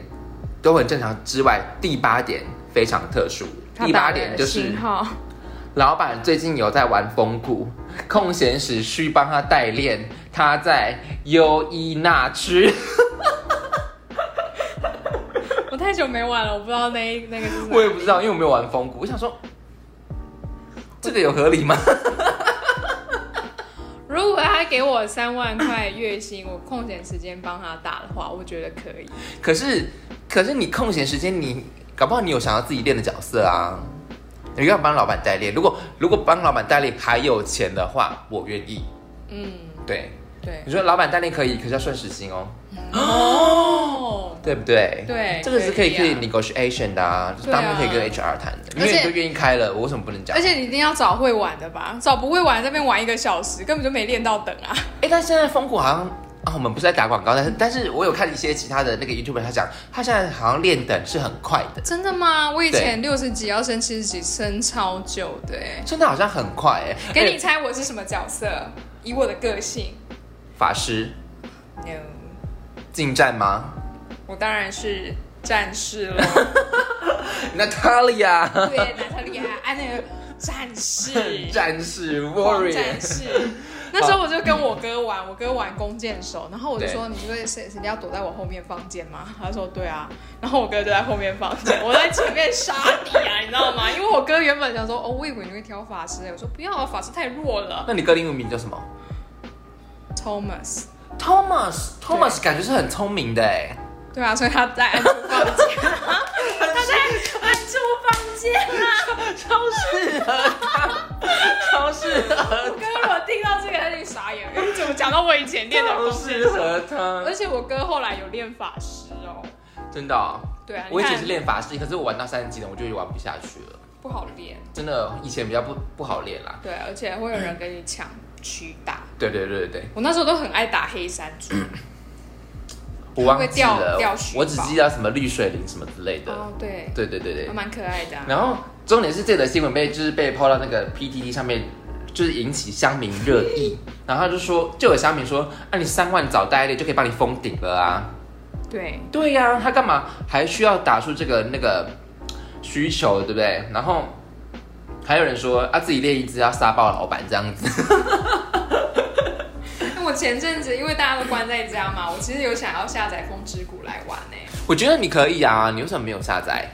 [SPEAKER 1] 都很正常之外，第八点非常特殊，第八点就是
[SPEAKER 2] 信号，
[SPEAKER 1] 老板最近有在玩风谷，空闲时需帮他代练。他在优衣那区，
[SPEAKER 2] 我太久没玩了，我不知道那一那个是什
[SPEAKER 1] (laughs) 我
[SPEAKER 2] 么。
[SPEAKER 1] 也不知道，因为我没有玩风谷。我想说，这个有合理吗？ (laughs)
[SPEAKER 2] 如果他给我三万块月薪，我空闲时间帮他打的话，我觉得可以。
[SPEAKER 1] 可是，可是你空闲时间，你搞不好你有想要自己练的角色啊。你要帮老板代练，如果如果帮老板代练还有钱的话，我愿意。
[SPEAKER 2] 嗯，
[SPEAKER 1] 对，
[SPEAKER 2] 对。
[SPEAKER 1] 你说老板代练可以，可是要算时薪哦，
[SPEAKER 2] 哦，
[SPEAKER 1] 对不对？
[SPEAKER 2] 对
[SPEAKER 1] 这个是可以可
[SPEAKER 2] 可以
[SPEAKER 1] 以
[SPEAKER 2] 啊
[SPEAKER 1] negotiation 的啊，就是
[SPEAKER 2] 对啊
[SPEAKER 1] 他们可以跟 HR 谈的，因
[SPEAKER 2] 而且
[SPEAKER 1] 为你都愿意开了，我为什么不能讲？
[SPEAKER 2] 而且你一定要找会玩的吧，找不会玩这边玩一个小时，根本就没练到等啊。
[SPEAKER 1] 哎、但现在风谷好像啊，我们不是在打广告，但是但是我有看一些其他的那个 YouTuber，他讲他现在好像练等是很快的，
[SPEAKER 2] 真的吗？我以前六十几要升七十几，升超久的哎。
[SPEAKER 1] 真的好像很快哎、欸。
[SPEAKER 2] 给你
[SPEAKER 1] 哎
[SPEAKER 2] 猜我是什么角色？以我的个性
[SPEAKER 1] 法师
[SPEAKER 2] ，no，
[SPEAKER 1] 近战吗？
[SPEAKER 2] 我当然是战士了。
[SPEAKER 1] (laughs) 那塔利亚
[SPEAKER 2] (laughs) 对，拿特厉害，按那个战士
[SPEAKER 1] (laughs) ，战士
[SPEAKER 2] 狂
[SPEAKER 1] Warrior， (laughs)
[SPEAKER 2] (laughs) 战士。那时候我就跟我哥玩，我哥玩弓箭手，然后我就说：“你就是谁谁要躲在我后面放箭吗？”他说：“对啊。” (laughs) 然后我哥就在后面放箭，我在前面杀敌啊，你知道 (laughs) 吗？因为我哥原本想说：“哦，我以为你会挑法师。”我说：“不要啊，法师太弱了。
[SPEAKER 1] 那你哥的英文名叫什么
[SPEAKER 2] ”Thomas，
[SPEAKER 1] ？Thomas，Thomas 感觉是很聪明的哎，
[SPEAKER 2] 对啊，所以他在暗处放箭， (laughs) 他在暗处放箭啊！
[SPEAKER 1] 超适合他，超适合
[SPEAKER 2] 我哥如果听到这个，他就傻眼，因为怎么讲到我以前练的
[SPEAKER 1] (laughs)
[SPEAKER 2] 弓
[SPEAKER 1] 超
[SPEAKER 2] 箭
[SPEAKER 1] 适
[SPEAKER 2] 手？
[SPEAKER 1] 合他
[SPEAKER 2] 而，且我哥后来有练法师哦。
[SPEAKER 1] 真的哦、
[SPEAKER 2] 对啊，
[SPEAKER 1] 我
[SPEAKER 2] 你
[SPEAKER 1] 以
[SPEAKER 2] 看
[SPEAKER 1] 前是练法式，可是我玩到三十级的，我就玩不下去了。
[SPEAKER 2] 不好练，啊
[SPEAKER 1] 真的，以前比较不不好练啦。
[SPEAKER 2] 对，啊而且会有人跟你抢曲打。
[SPEAKER 1] 对对对对对，
[SPEAKER 2] 我那时候都很爱打黑山猪，
[SPEAKER 1] 我忘记
[SPEAKER 2] 掉
[SPEAKER 1] 了
[SPEAKER 2] 掉，血
[SPEAKER 1] 我只
[SPEAKER 2] 吧
[SPEAKER 1] 记得什么绿水灵什么之类的。
[SPEAKER 2] 哦，对，
[SPEAKER 1] 对对对对
[SPEAKER 2] 还。蛮可爱的啊、
[SPEAKER 1] 然后重点是这则新闻被就是被抛到那个 PTT 上面，就是引起乡民热 (laughs) 议。然后他就说，就有乡民说，啊，你三万早待一点就可以帮你封顶了啊。
[SPEAKER 2] 对，
[SPEAKER 1] 对呀、他干嘛还需要打出这个那个需求，对不对？然后还有人说，啊，自己练一只要杀爆老板这样子。
[SPEAKER 2] 那我前阵子因为大家都关在家嘛，我其实有想要下载《风之谷》来玩呢、欸
[SPEAKER 1] 我觉得你可以啊，你为什么没有下载？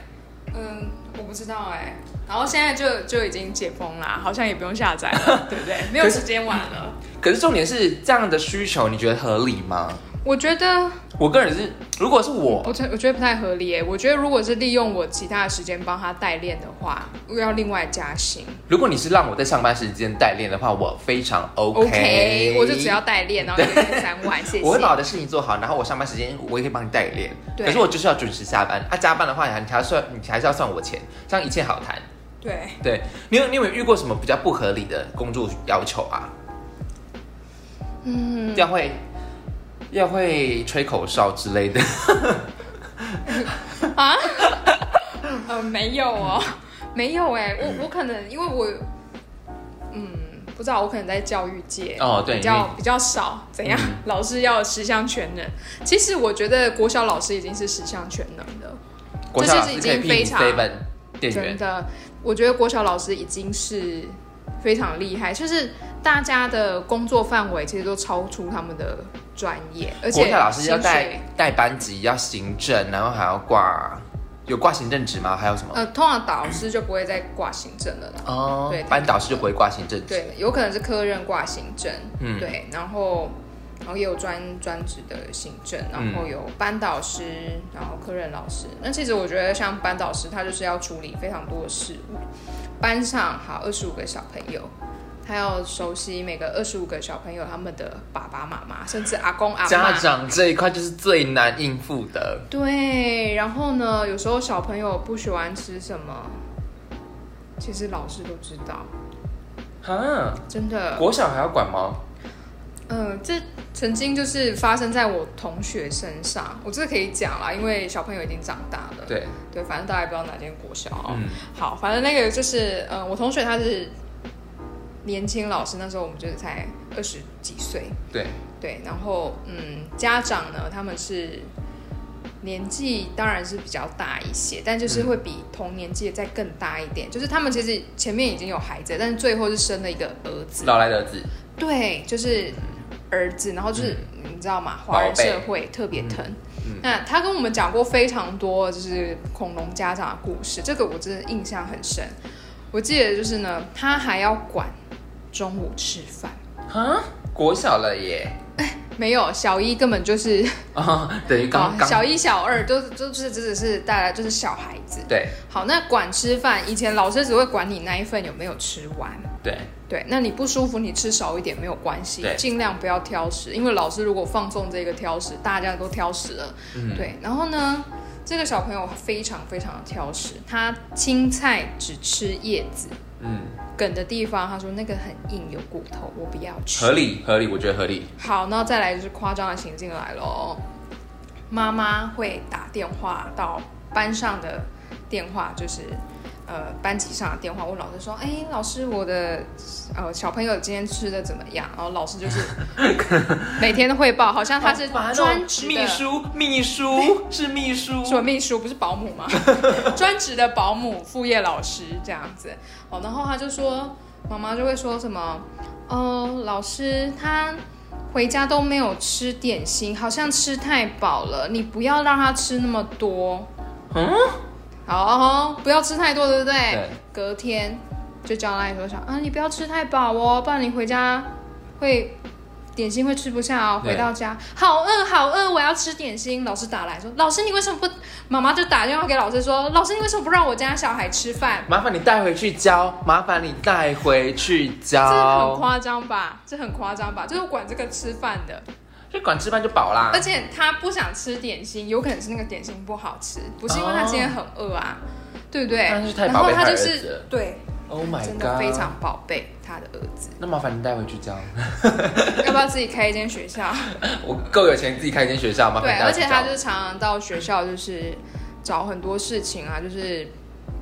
[SPEAKER 2] 嗯，我不知道哎、然后现在就就已经解封啦，好像也不用下载 (laughs) 了，对不对？没有时间玩了。
[SPEAKER 1] 可是重点是这样的需求，你觉得合理吗？
[SPEAKER 2] 我觉得，
[SPEAKER 1] 我个人是，如果是我，
[SPEAKER 2] 我觉我觉得不太合理耶、我觉得如果是利用我其他的时间帮他代练的话，又要另外加薪。
[SPEAKER 1] 如果你是让我在上班时间代练的话，我非常 OK，,
[SPEAKER 2] OK，我就只要代练，然后一个月三万，谢谢。
[SPEAKER 1] 我会把我的事情做好，然后我上班时间我也可以帮你代练，
[SPEAKER 2] 对
[SPEAKER 1] 可是我就是要准时下班。啊，加班的话，你还算你还是要算我钱，这样一切好谈。
[SPEAKER 2] 对，
[SPEAKER 1] 对你有你有没有遇过什么比较不合理的工作要求啊？
[SPEAKER 2] 嗯，
[SPEAKER 1] 要会要会吹口哨之类的，
[SPEAKER 2] 啊？呃，没有哦， (laughs) 没有哎、我我可能因为我，嗯，不知道，我可能在教育界
[SPEAKER 1] 哦对
[SPEAKER 2] (laughs) 比较
[SPEAKER 1] 因
[SPEAKER 2] 比较少，怎样？
[SPEAKER 1] 嗯
[SPEAKER 2] 老师要十项全能，其实我觉得国小老师已经是十项全能了，
[SPEAKER 1] 国小
[SPEAKER 2] 这
[SPEAKER 1] 老
[SPEAKER 2] 就是
[SPEAKER 1] 师可
[SPEAKER 2] 已
[SPEAKER 1] 以
[SPEAKER 2] 经
[SPEAKER 1] 聘
[SPEAKER 2] 非
[SPEAKER 1] 你
[SPEAKER 2] 常
[SPEAKER 1] seven 店
[SPEAKER 2] 真
[SPEAKER 1] 员，
[SPEAKER 2] 的，我觉得国小老师已经是非常厉害，就是大家的工作范围其实都超出他们的专业，而且
[SPEAKER 1] 国小老师要
[SPEAKER 2] 薪水
[SPEAKER 1] 带带班级，要行政，然后还要挂有挂行政职吗？还有什么？
[SPEAKER 2] 呃，通常导师就不会再挂行政了啦。
[SPEAKER 1] 哦
[SPEAKER 2] 呃对，
[SPEAKER 1] 班导师就不会挂行政职，
[SPEAKER 2] 对，啊有可能是科任挂行政，
[SPEAKER 1] 嗯
[SPEAKER 2] 对，然后然后也有专专职的行政，然
[SPEAKER 1] 嗯
[SPEAKER 2] 后有班导师，然后科任老师。那其实我觉得像班导师，他就是要处理非常多的事物，班上好二十五个小朋友。他要熟悉每个二十五个小朋友他们的爸爸妈妈，甚至阿公阿
[SPEAKER 1] 家
[SPEAKER 2] 妈。
[SPEAKER 1] 长这一块就是最难应付的。
[SPEAKER 2] 对，然后呢，有时候小朋友不喜欢吃什么，其实老师都知道，
[SPEAKER 1] 哈，
[SPEAKER 2] 真的。
[SPEAKER 1] 国小还要管吗？
[SPEAKER 2] 嗯，这曾经就是发生在我同学身上，我这个可以讲啦，因为小朋友已经长大了。
[SPEAKER 1] 对，
[SPEAKER 2] 对，反正大家也不知道哪间国小哦、
[SPEAKER 1] 嗯，
[SPEAKER 2] 好，反正那个就是，嗯，我同学他是年轻老师，那时候我们就是才二十几岁，
[SPEAKER 1] 对，
[SPEAKER 2] 对，然后嗯，家长呢，他们是年纪当然是比较大一些，但就是
[SPEAKER 1] 嗯
[SPEAKER 2] 会比同年纪的再更大一点，就是他们其实前面已经有孩子，但是最后是生了一个儿子，
[SPEAKER 1] 老来得子，
[SPEAKER 2] 对，就是儿子，然后就是、你知道吗？华人
[SPEAKER 1] 嗯宝贝
[SPEAKER 2] 社会特别疼。
[SPEAKER 1] 嗯
[SPEAKER 2] 那他跟我们讲过非常多就是恐龙家长的故事，这个我真的印象很深。我记得就是呢，他还要管中午吃饭，
[SPEAKER 1] 哈，国小了耶，
[SPEAKER 2] 没有小一根本就是
[SPEAKER 1] 啊、等于刚
[SPEAKER 2] 哦
[SPEAKER 1] 刚、
[SPEAKER 2] 小一、小二都都是只是大家就是小孩子。
[SPEAKER 1] 对
[SPEAKER 2] 好，那管吃饭，以前老师只会管你那一份有没有吃完，
[SPEAKER 1] 对，
[SPEAKER 2] 对，那你不舒服，你吃少一点没有关系
[SPEAKER 1] 对，
[SPEAKER 2] 尽量不要挑食，因为老师如果放纵这个挑食，大家都挑食了。
[SPEAKER 1] 嗯
[SPEAKER 2] 对，然后呢，这个小朋友非常非常的挑食，他青菜只吃叶子，
[SPEAKER 1] 嗯，
[SPEAKER 2] 梗的地方他说那个很硬，有骨头，我不要吃
[SPEAKER 1] 合。理合理，我觉得合理。
[SPEAKER 2] 好，那再来就是夸张的行径来喽，妈妈会打电话到班上的电话，就是呃班级上的电话，问老师说，哎、老师我的呃小朋友今天吃的怎么样？然后老师就是
[SPEAKER 1] (laughs)
[SPEAKER 2] 每天的汇报，好像他是
[SPEAKER 1] 好烦哦
[SPEAKER 2] 专职
[SPEAKER 1] 秘
[SPEAKER 2] 的。
[SPEAKER 1] 书，秘书是秘书，
[SPEAKER 2] 什么秘书不是保 (laughs) 姆吗？专职的保姆、副业老师这样子哦，然后他就说，妈妈就会说什么，哦，老师他回家都没有吃点心，好像吃太饱了，你不要让他吃那么多。
[SPEAKER 1] 嗯，
[SPEAKER 2] 好、不要吃太多，对不对？
[SPEAKER 1] 对
[SPEAKER 2] 隔天就叫赖说想啊，你不要吃太饱哦，不然你回家会点心会吃不下哦。
[SPEAKER 1] 对
[SPEAKER 2] 回到家好饿好饿，我要吃点心。老师打来说，老师你为什么不？妈妈就打电话给老师说，老师你为什么不让我家小孩吃饭？
[SPEAKER 1] 麻烦你带回去教，麻烦你带回去
[SPEAKER 2] 这很
[SPEAKER 1] 教，
[SPEAKER 2] 夸张吧？这很夸张吧？就是管这个吃饭的，
[SPEAKER 1] 就管吃饭就饱啦
[SPEAKER 2] 而。且他不想吃点心，有可能是那个点心不好吃，不是因为他今天很饿啊，对不对？
[SPEAKER 1] 但是太
[SPEAKER 2] 然
[SPEAKER 1] 宝
[SPEAKER 2] 后
[SPEAKER 1] 贝
[SPEAKER 2] 他
[SPEAKER 1] 哦他
[SPEAKER 2] 就
[SPEAKER 1] 儿子
[SPEAKER 2] 是
[SPEAKER 1] 了
[SPEAKER 2] 对，
[SPEAKER 1] Oh my
[SPEAKER 2] 真
[SPEAKER 1] god，
[SPEAKER 2] 的非常宝贝他的儿子。 (laughs)
[SPEAKER 1] 那麻烦你带回去教， (laughs)
[SPEAKER 2] 要不要自己开一间学校？
[SPEAKER 1] 我够有钱自己开一间学校，麻
[SPEAKER 2] 对
[SPEAKER 1] 烦你，带
[SPEAKER 2] 而
[SPEAKER 1] 回去
[SPEAKER 2] 且
[SPEAKER 1] 教。
[SPEAKER 2] 他就是常常到学校，就是找很多事情啊，就是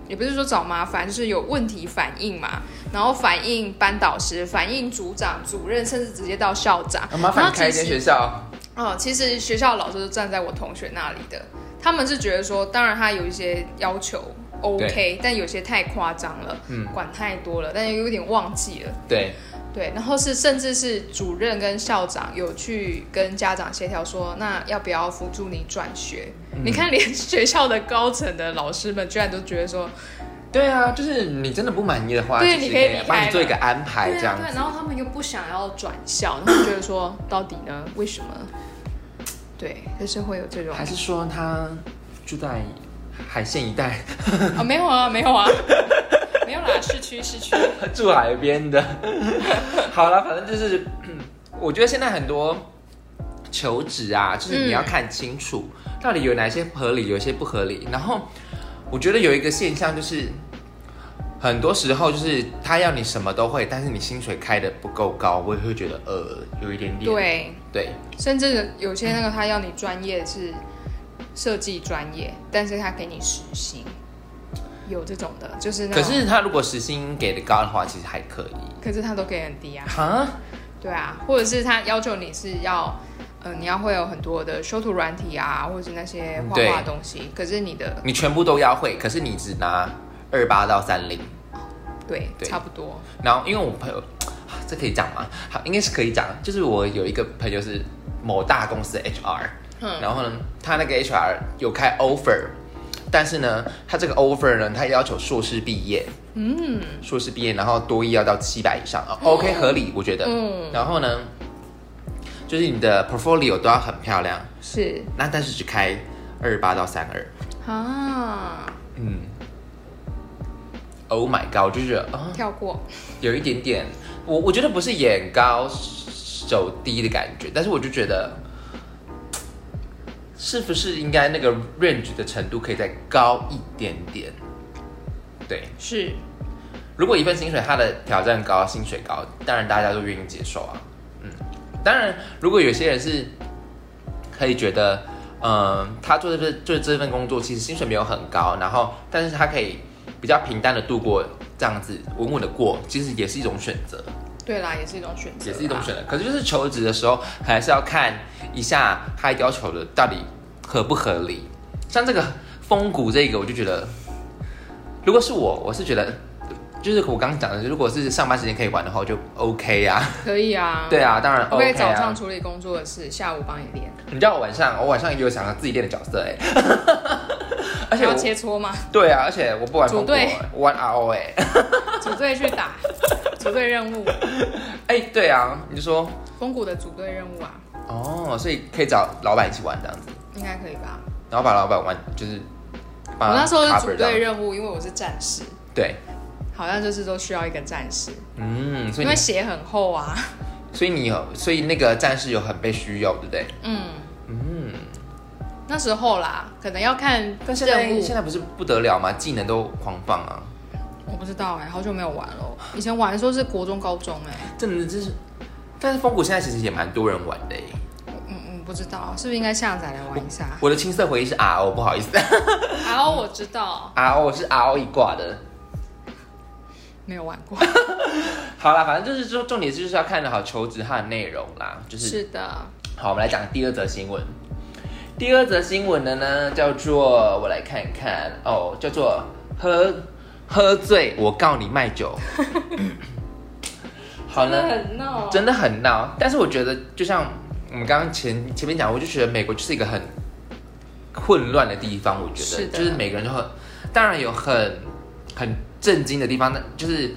[SPEAKER 2] 也不是说找麻烦，就是有问题反映嘛，然后反映班导师、反映组长、主任，甚至直接到校长。
[SPEAKER 1] 啊麻烦
[SPEAKER 2] 然
[SPEAKER 1] 你
[SPEAKER 2] 后
[SPEAKER 1] 开一
[SPEAKER 2] 其
[SPEAKER 1] 间
[SPEAKER 2] 实
[SPEAKER 1] 学校，
[SPEAKER 2] 哦，其实学校老师都站在我同学那里的，他们是觉得说，当然他有一些要求 OK，但有些太夸张了，
[SPEAKER 1] 嗯
[SPEAKER 2] 管太多了，但有点忘记了。
[SPEAKER 1] 对，
[SPEAKER 2] 对，然后是甚至是主任跟校长有去跟家长协调说，那要不要辅助你转学？你
[SPEAKER 1] 嗯
[SPEAKER 2] 看，连学校的高层的老师们居然都觉得说，
[SPEAKER 1] 对啊，就是你真的不满意的话，
[SPEAKER 2] 对
[SPEAKER 1] 就是
[SPEAKER 2] 你可以离开
[SPEAKER 1] 帮你做一
[SPEAKER 2] 了
[SPEAKER 1] 个安排
[SPEAKER 2] 对
[SPEAKER 1] 这
[SPEAKER 2] 啊
[SPEAKER 1] 样，
[SPEAKER 2] 对啊，然后他们又不想要转校，然后觉得说，到底呢，为什么？对，啊就是会有这种
[SPEAKER 1] 还是说他住在海线一带，
[SPEAKER 2] 啊、没有啊，没有啊，没有啦，市区市区，
[SPEAKER 1] (laughs) 住海边的？好了，反正就是， (clears throat) 我觉得现在很多求职啊，就是你要看清楚、到底有哪些合理，有些不合理。然后我觉得有一个现象就是。很多时候就是他要你什么都会，但是你薪水开的不够高，我也会觉得呃有一点点
[SPEAKER 2] 对，
[SPEAKER 1] 对
[SPEAKER 2] 甚至有些那个他要你专业是设计专业，但是他给你实薪，有这种的，就是那
[SPEAKER 1] 可
[SPEAKER 2] 种
[SPEAKER 1] 是他如果时薪给的高的话，其实还可以。
[SPEAKER 2] 可是他都给很低啊，
[SPEAKER 1] 哈，
[SPEAKER 2] 对啊，或者是他要求你是要，呃，你要会有很多的修图软体啊，或者是那些画
[SPEAKER 1] 对
[SPEAKER 2] 画的东西，可是你的
[SPEAKER 1] 你全部都要会，可是你只拿二八到三零。
[SPEAKER 2] 对
[SPEAKER 1] 对
[SPEAKER 2] 差不多，
[SPEAKER 1] 然后因为我朋友，啊这可以讲吗？好，应该是可以讲。就是我有一个朋友是某大公司的 HR，、
[SPEAKER 2] 嗯，
[SPEAKER 1] 然后呢，他那个 HR 有开 offer，但是呢，他这个 offer 呢，他要求硕士毕业，嗯，硕士毕业，然后多一要到七百以上、啊 o k 合理，我觉得。
[SPEAKER 2] 哦嗯
[SPEAKER 1] 然后呢，就是你的 portfolio 都要很漂亮，
[SPEAKER 2] 是
[SPEAKER 1] 那但是只开二八到三二。
[SPEAKER 2] 啊，
[SPEAKER 1] 嗯，Oh my god，我就觉得啊、
[SPEAKER 2] 跳过，
[SPEAKER 1] 有一点点，我我觉得不是眼高手低的感觉，但是我就觉得，是不是应该那个 range 的程度可以再高一点点？对，
[SPEAKER 2] 是
[SPEAKER 1] 如果一份薪水它的挑战高，薪水高，当然大家都愿意接受啊。嗯，当然，如果有些人是可以觉得，嗯、他做这份做这份工作，其实薪水没有很高，然后但是他可以比较平淡的度过这样子，稳稳的过，其实也是一种选择，
[SPEAKER 2] 对啦，也是一种选择，
[SPEAKER 1] 也是一种选。择。可是就是求职的时候，还是要看一下他要求的到底合不合理。像这个风骨这个，我就觉得，如果是我，我是觉得。就是我刚刚讲的，如果是上班时间可以玩的话，我就 OK 啊。
[SPEAKER 2] 可以啊，
[SPEAKER 1] 对啊，当然
[SPEAKER 2] 我可
[SPEAKER 1] OK
[SPEAKER 2] 以早
[SPEAKER 1] 啊
[SPEAKER 2] 上。处理工作的事，下午帮你练，
[SPEAKER 1] 你知道我晚上，我晚上也有想要自己练的角色
[SPEAKER 2] (laughs)
[SPEAKER 1] 哎、而且
[SPEAKER 2] 还要
[SPEAKER 1] 我
[SPEAKER 2] 切磋嘛，
[SPEAKER 1] 对啊，而且我不玩风
[SPEAKER 2] 组
[SPEAKER 1] 骨欸
[SPEAKER 2] 队，
[SPEAKER 1] 我玩 RO 哎、
[SPEAKER 2] (laughs) 组队去打，组队任务，
[SPEAKER 1] 哎、对啊，你就说
[SPEAKER 2] 风谷的组队任务啊，
[SPEAKER 1] 哦，所以可以找老板一起玩这样子，
[SPEAKER 2] 应该可以吧？
[SPEAKER 1] 然后把老板玩就是把
[SPEAKER 2] 我那时候是
[SPEAKER 1] cover
[SPEAKER 2] 组
[SPEAKER 1] 这样
[SPEAKER 2] 队任务，因为我是战士，
[SPEAKER 1] 对，
[SPEAKER 2] 好像就是都需要一个战士，
[SPEAKER 1] 嗯，所以你
[SPEAKER 2] 因为血很
[SPEAKER 1] (laughs)
[SPEAKER 2] 厚啊。
[SPEAKER 1] 所以你有所以那个战士有很被需要，对不对？
[SPEAKER 2] 嗯，
[SPEAKER 1] 嗯，
[SPEAKER 2] 那时候啦，可能要看
[SPEAKER 1] 但现在
[SPEAKER 2] 任务
[SPEAKER 1] 现在不是不得了吗？技能都狂放啊，
[SPEAKER 2] 我不知道哎、好久没有玩了。以前玩的时候是国中、高中哎、
[SPEAKER 1] 真的就是，但是风骨现在其实也蛮多人玩的、欸。
[SPEAKER 2] 嗯嗯，不知道是不是应该下载来玩一下？
[SPEAKER 1] 我的青涩回忆是 RO，不好意思 (laughs)
[SPEAKER 2] 然后我知道
[SPEAKER 1] ，RO 是 RO 一挂的。
[SPEAKER 2] 没有玩过，
[SPEAKER 1] 好啦，反正就是说，重点就是要看好求职它的内容啦。 (laughs) 就是
[SPEAKER 2] 是的，
[SPEAKER 1] 好，我们来讲第二则新闻。第二则新闻的呢，叫做我来看看 (laughs) 哦，叫做喝喝醉，我告你卖酒。好
[SPEAKER 2] 真的
[SPEAKER 1] 呢，
[SPEAKER 2] 很闹，
[SPEAKER 1] 真的很闹。啊但是我觉得，就像我们刚刚前前面讲，我就觉得美国就是一个很混乱的地方。我觉得
[SPEAKER 2] 是的
[SPEAKER 1] 就是每个人都很，当然有很很震惊的地方，但就是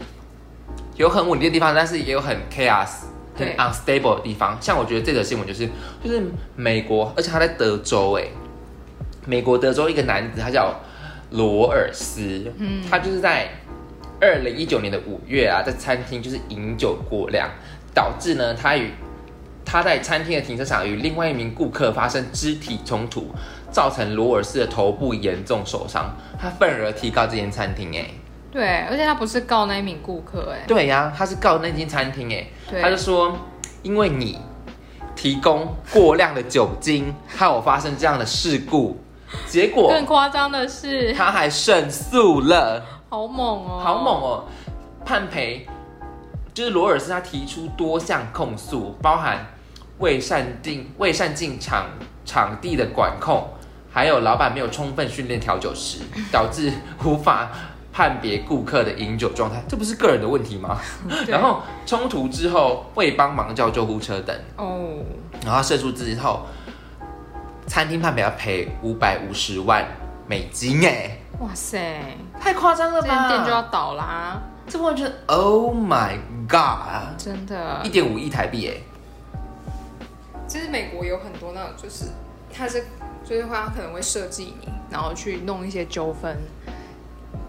[SPEAKER 1] 有很稳定的地方，但是也有很 chaos。很
[SPEAKER 2] 对
[SPEAKER 1] unstable 的地方，像我觉得这则新闻就是，就是美国，而且他在德州，哎，美国德州一个男子，他叫罗尔斯，嗯，他就是在二零一九年的五月啊，在餐厅就是饮酒过量，导致呢他与他在餐厅的停车场与另外一名顾客发生肢体冲突，造成罗尔斯的头部严重受伤，他愤而提告这间餐厅、哎，
[SPEAKER 2] 对，而且他不是告那一名顾客、哎，
[SPEAKER 1] 对呀、他是告那间餐厅、哎。
[SPEAKER 2] 对，
[SPEAKER 1] 他就说，因为你提供过量的酒精，害我发生这样的事故，结果
[SPEAKER 2] 更夸张的是，
[SPEAKER 1] 他还胜诉了，
[SPEAKER 2] 好猛哦、
[SPEAKER 1] 好猛哦！判赔就是罗尔斯他提出多项控诉，包含未善定未善尽场场地的管控，还有老板没有充分训练调酒师，导致无法。判别顾客的饮酒状态，这不是个人的问题吗？
[SPEAKER 2] (laughs) 对！
[SPEAKER 1] 然后冲突之后未帮忙叫救护车等，
[SPEAKER 2] 哦，
[SPEAKER 1] 然后胜诉之后，餐厅判赔要赔五百五十万美金，哎，
[SPEAKER 2] 哇塞，
[SPEAKER 1] 太夸张了
[SPEAKER 2] 这间
[SPEAKER 1] 吧？
[SPEAKER 2] 店就要倒啦，
[SPEAKER 1] 这完全 Oh my God，
[SPEAKER 2] 真的
[SPEAKER 1] 一。点五亿台币，哎，
[SPEAKER 2] 其实美国有很多那种，就是他是就是会他可能会设计你，然后去弄一些纠纷，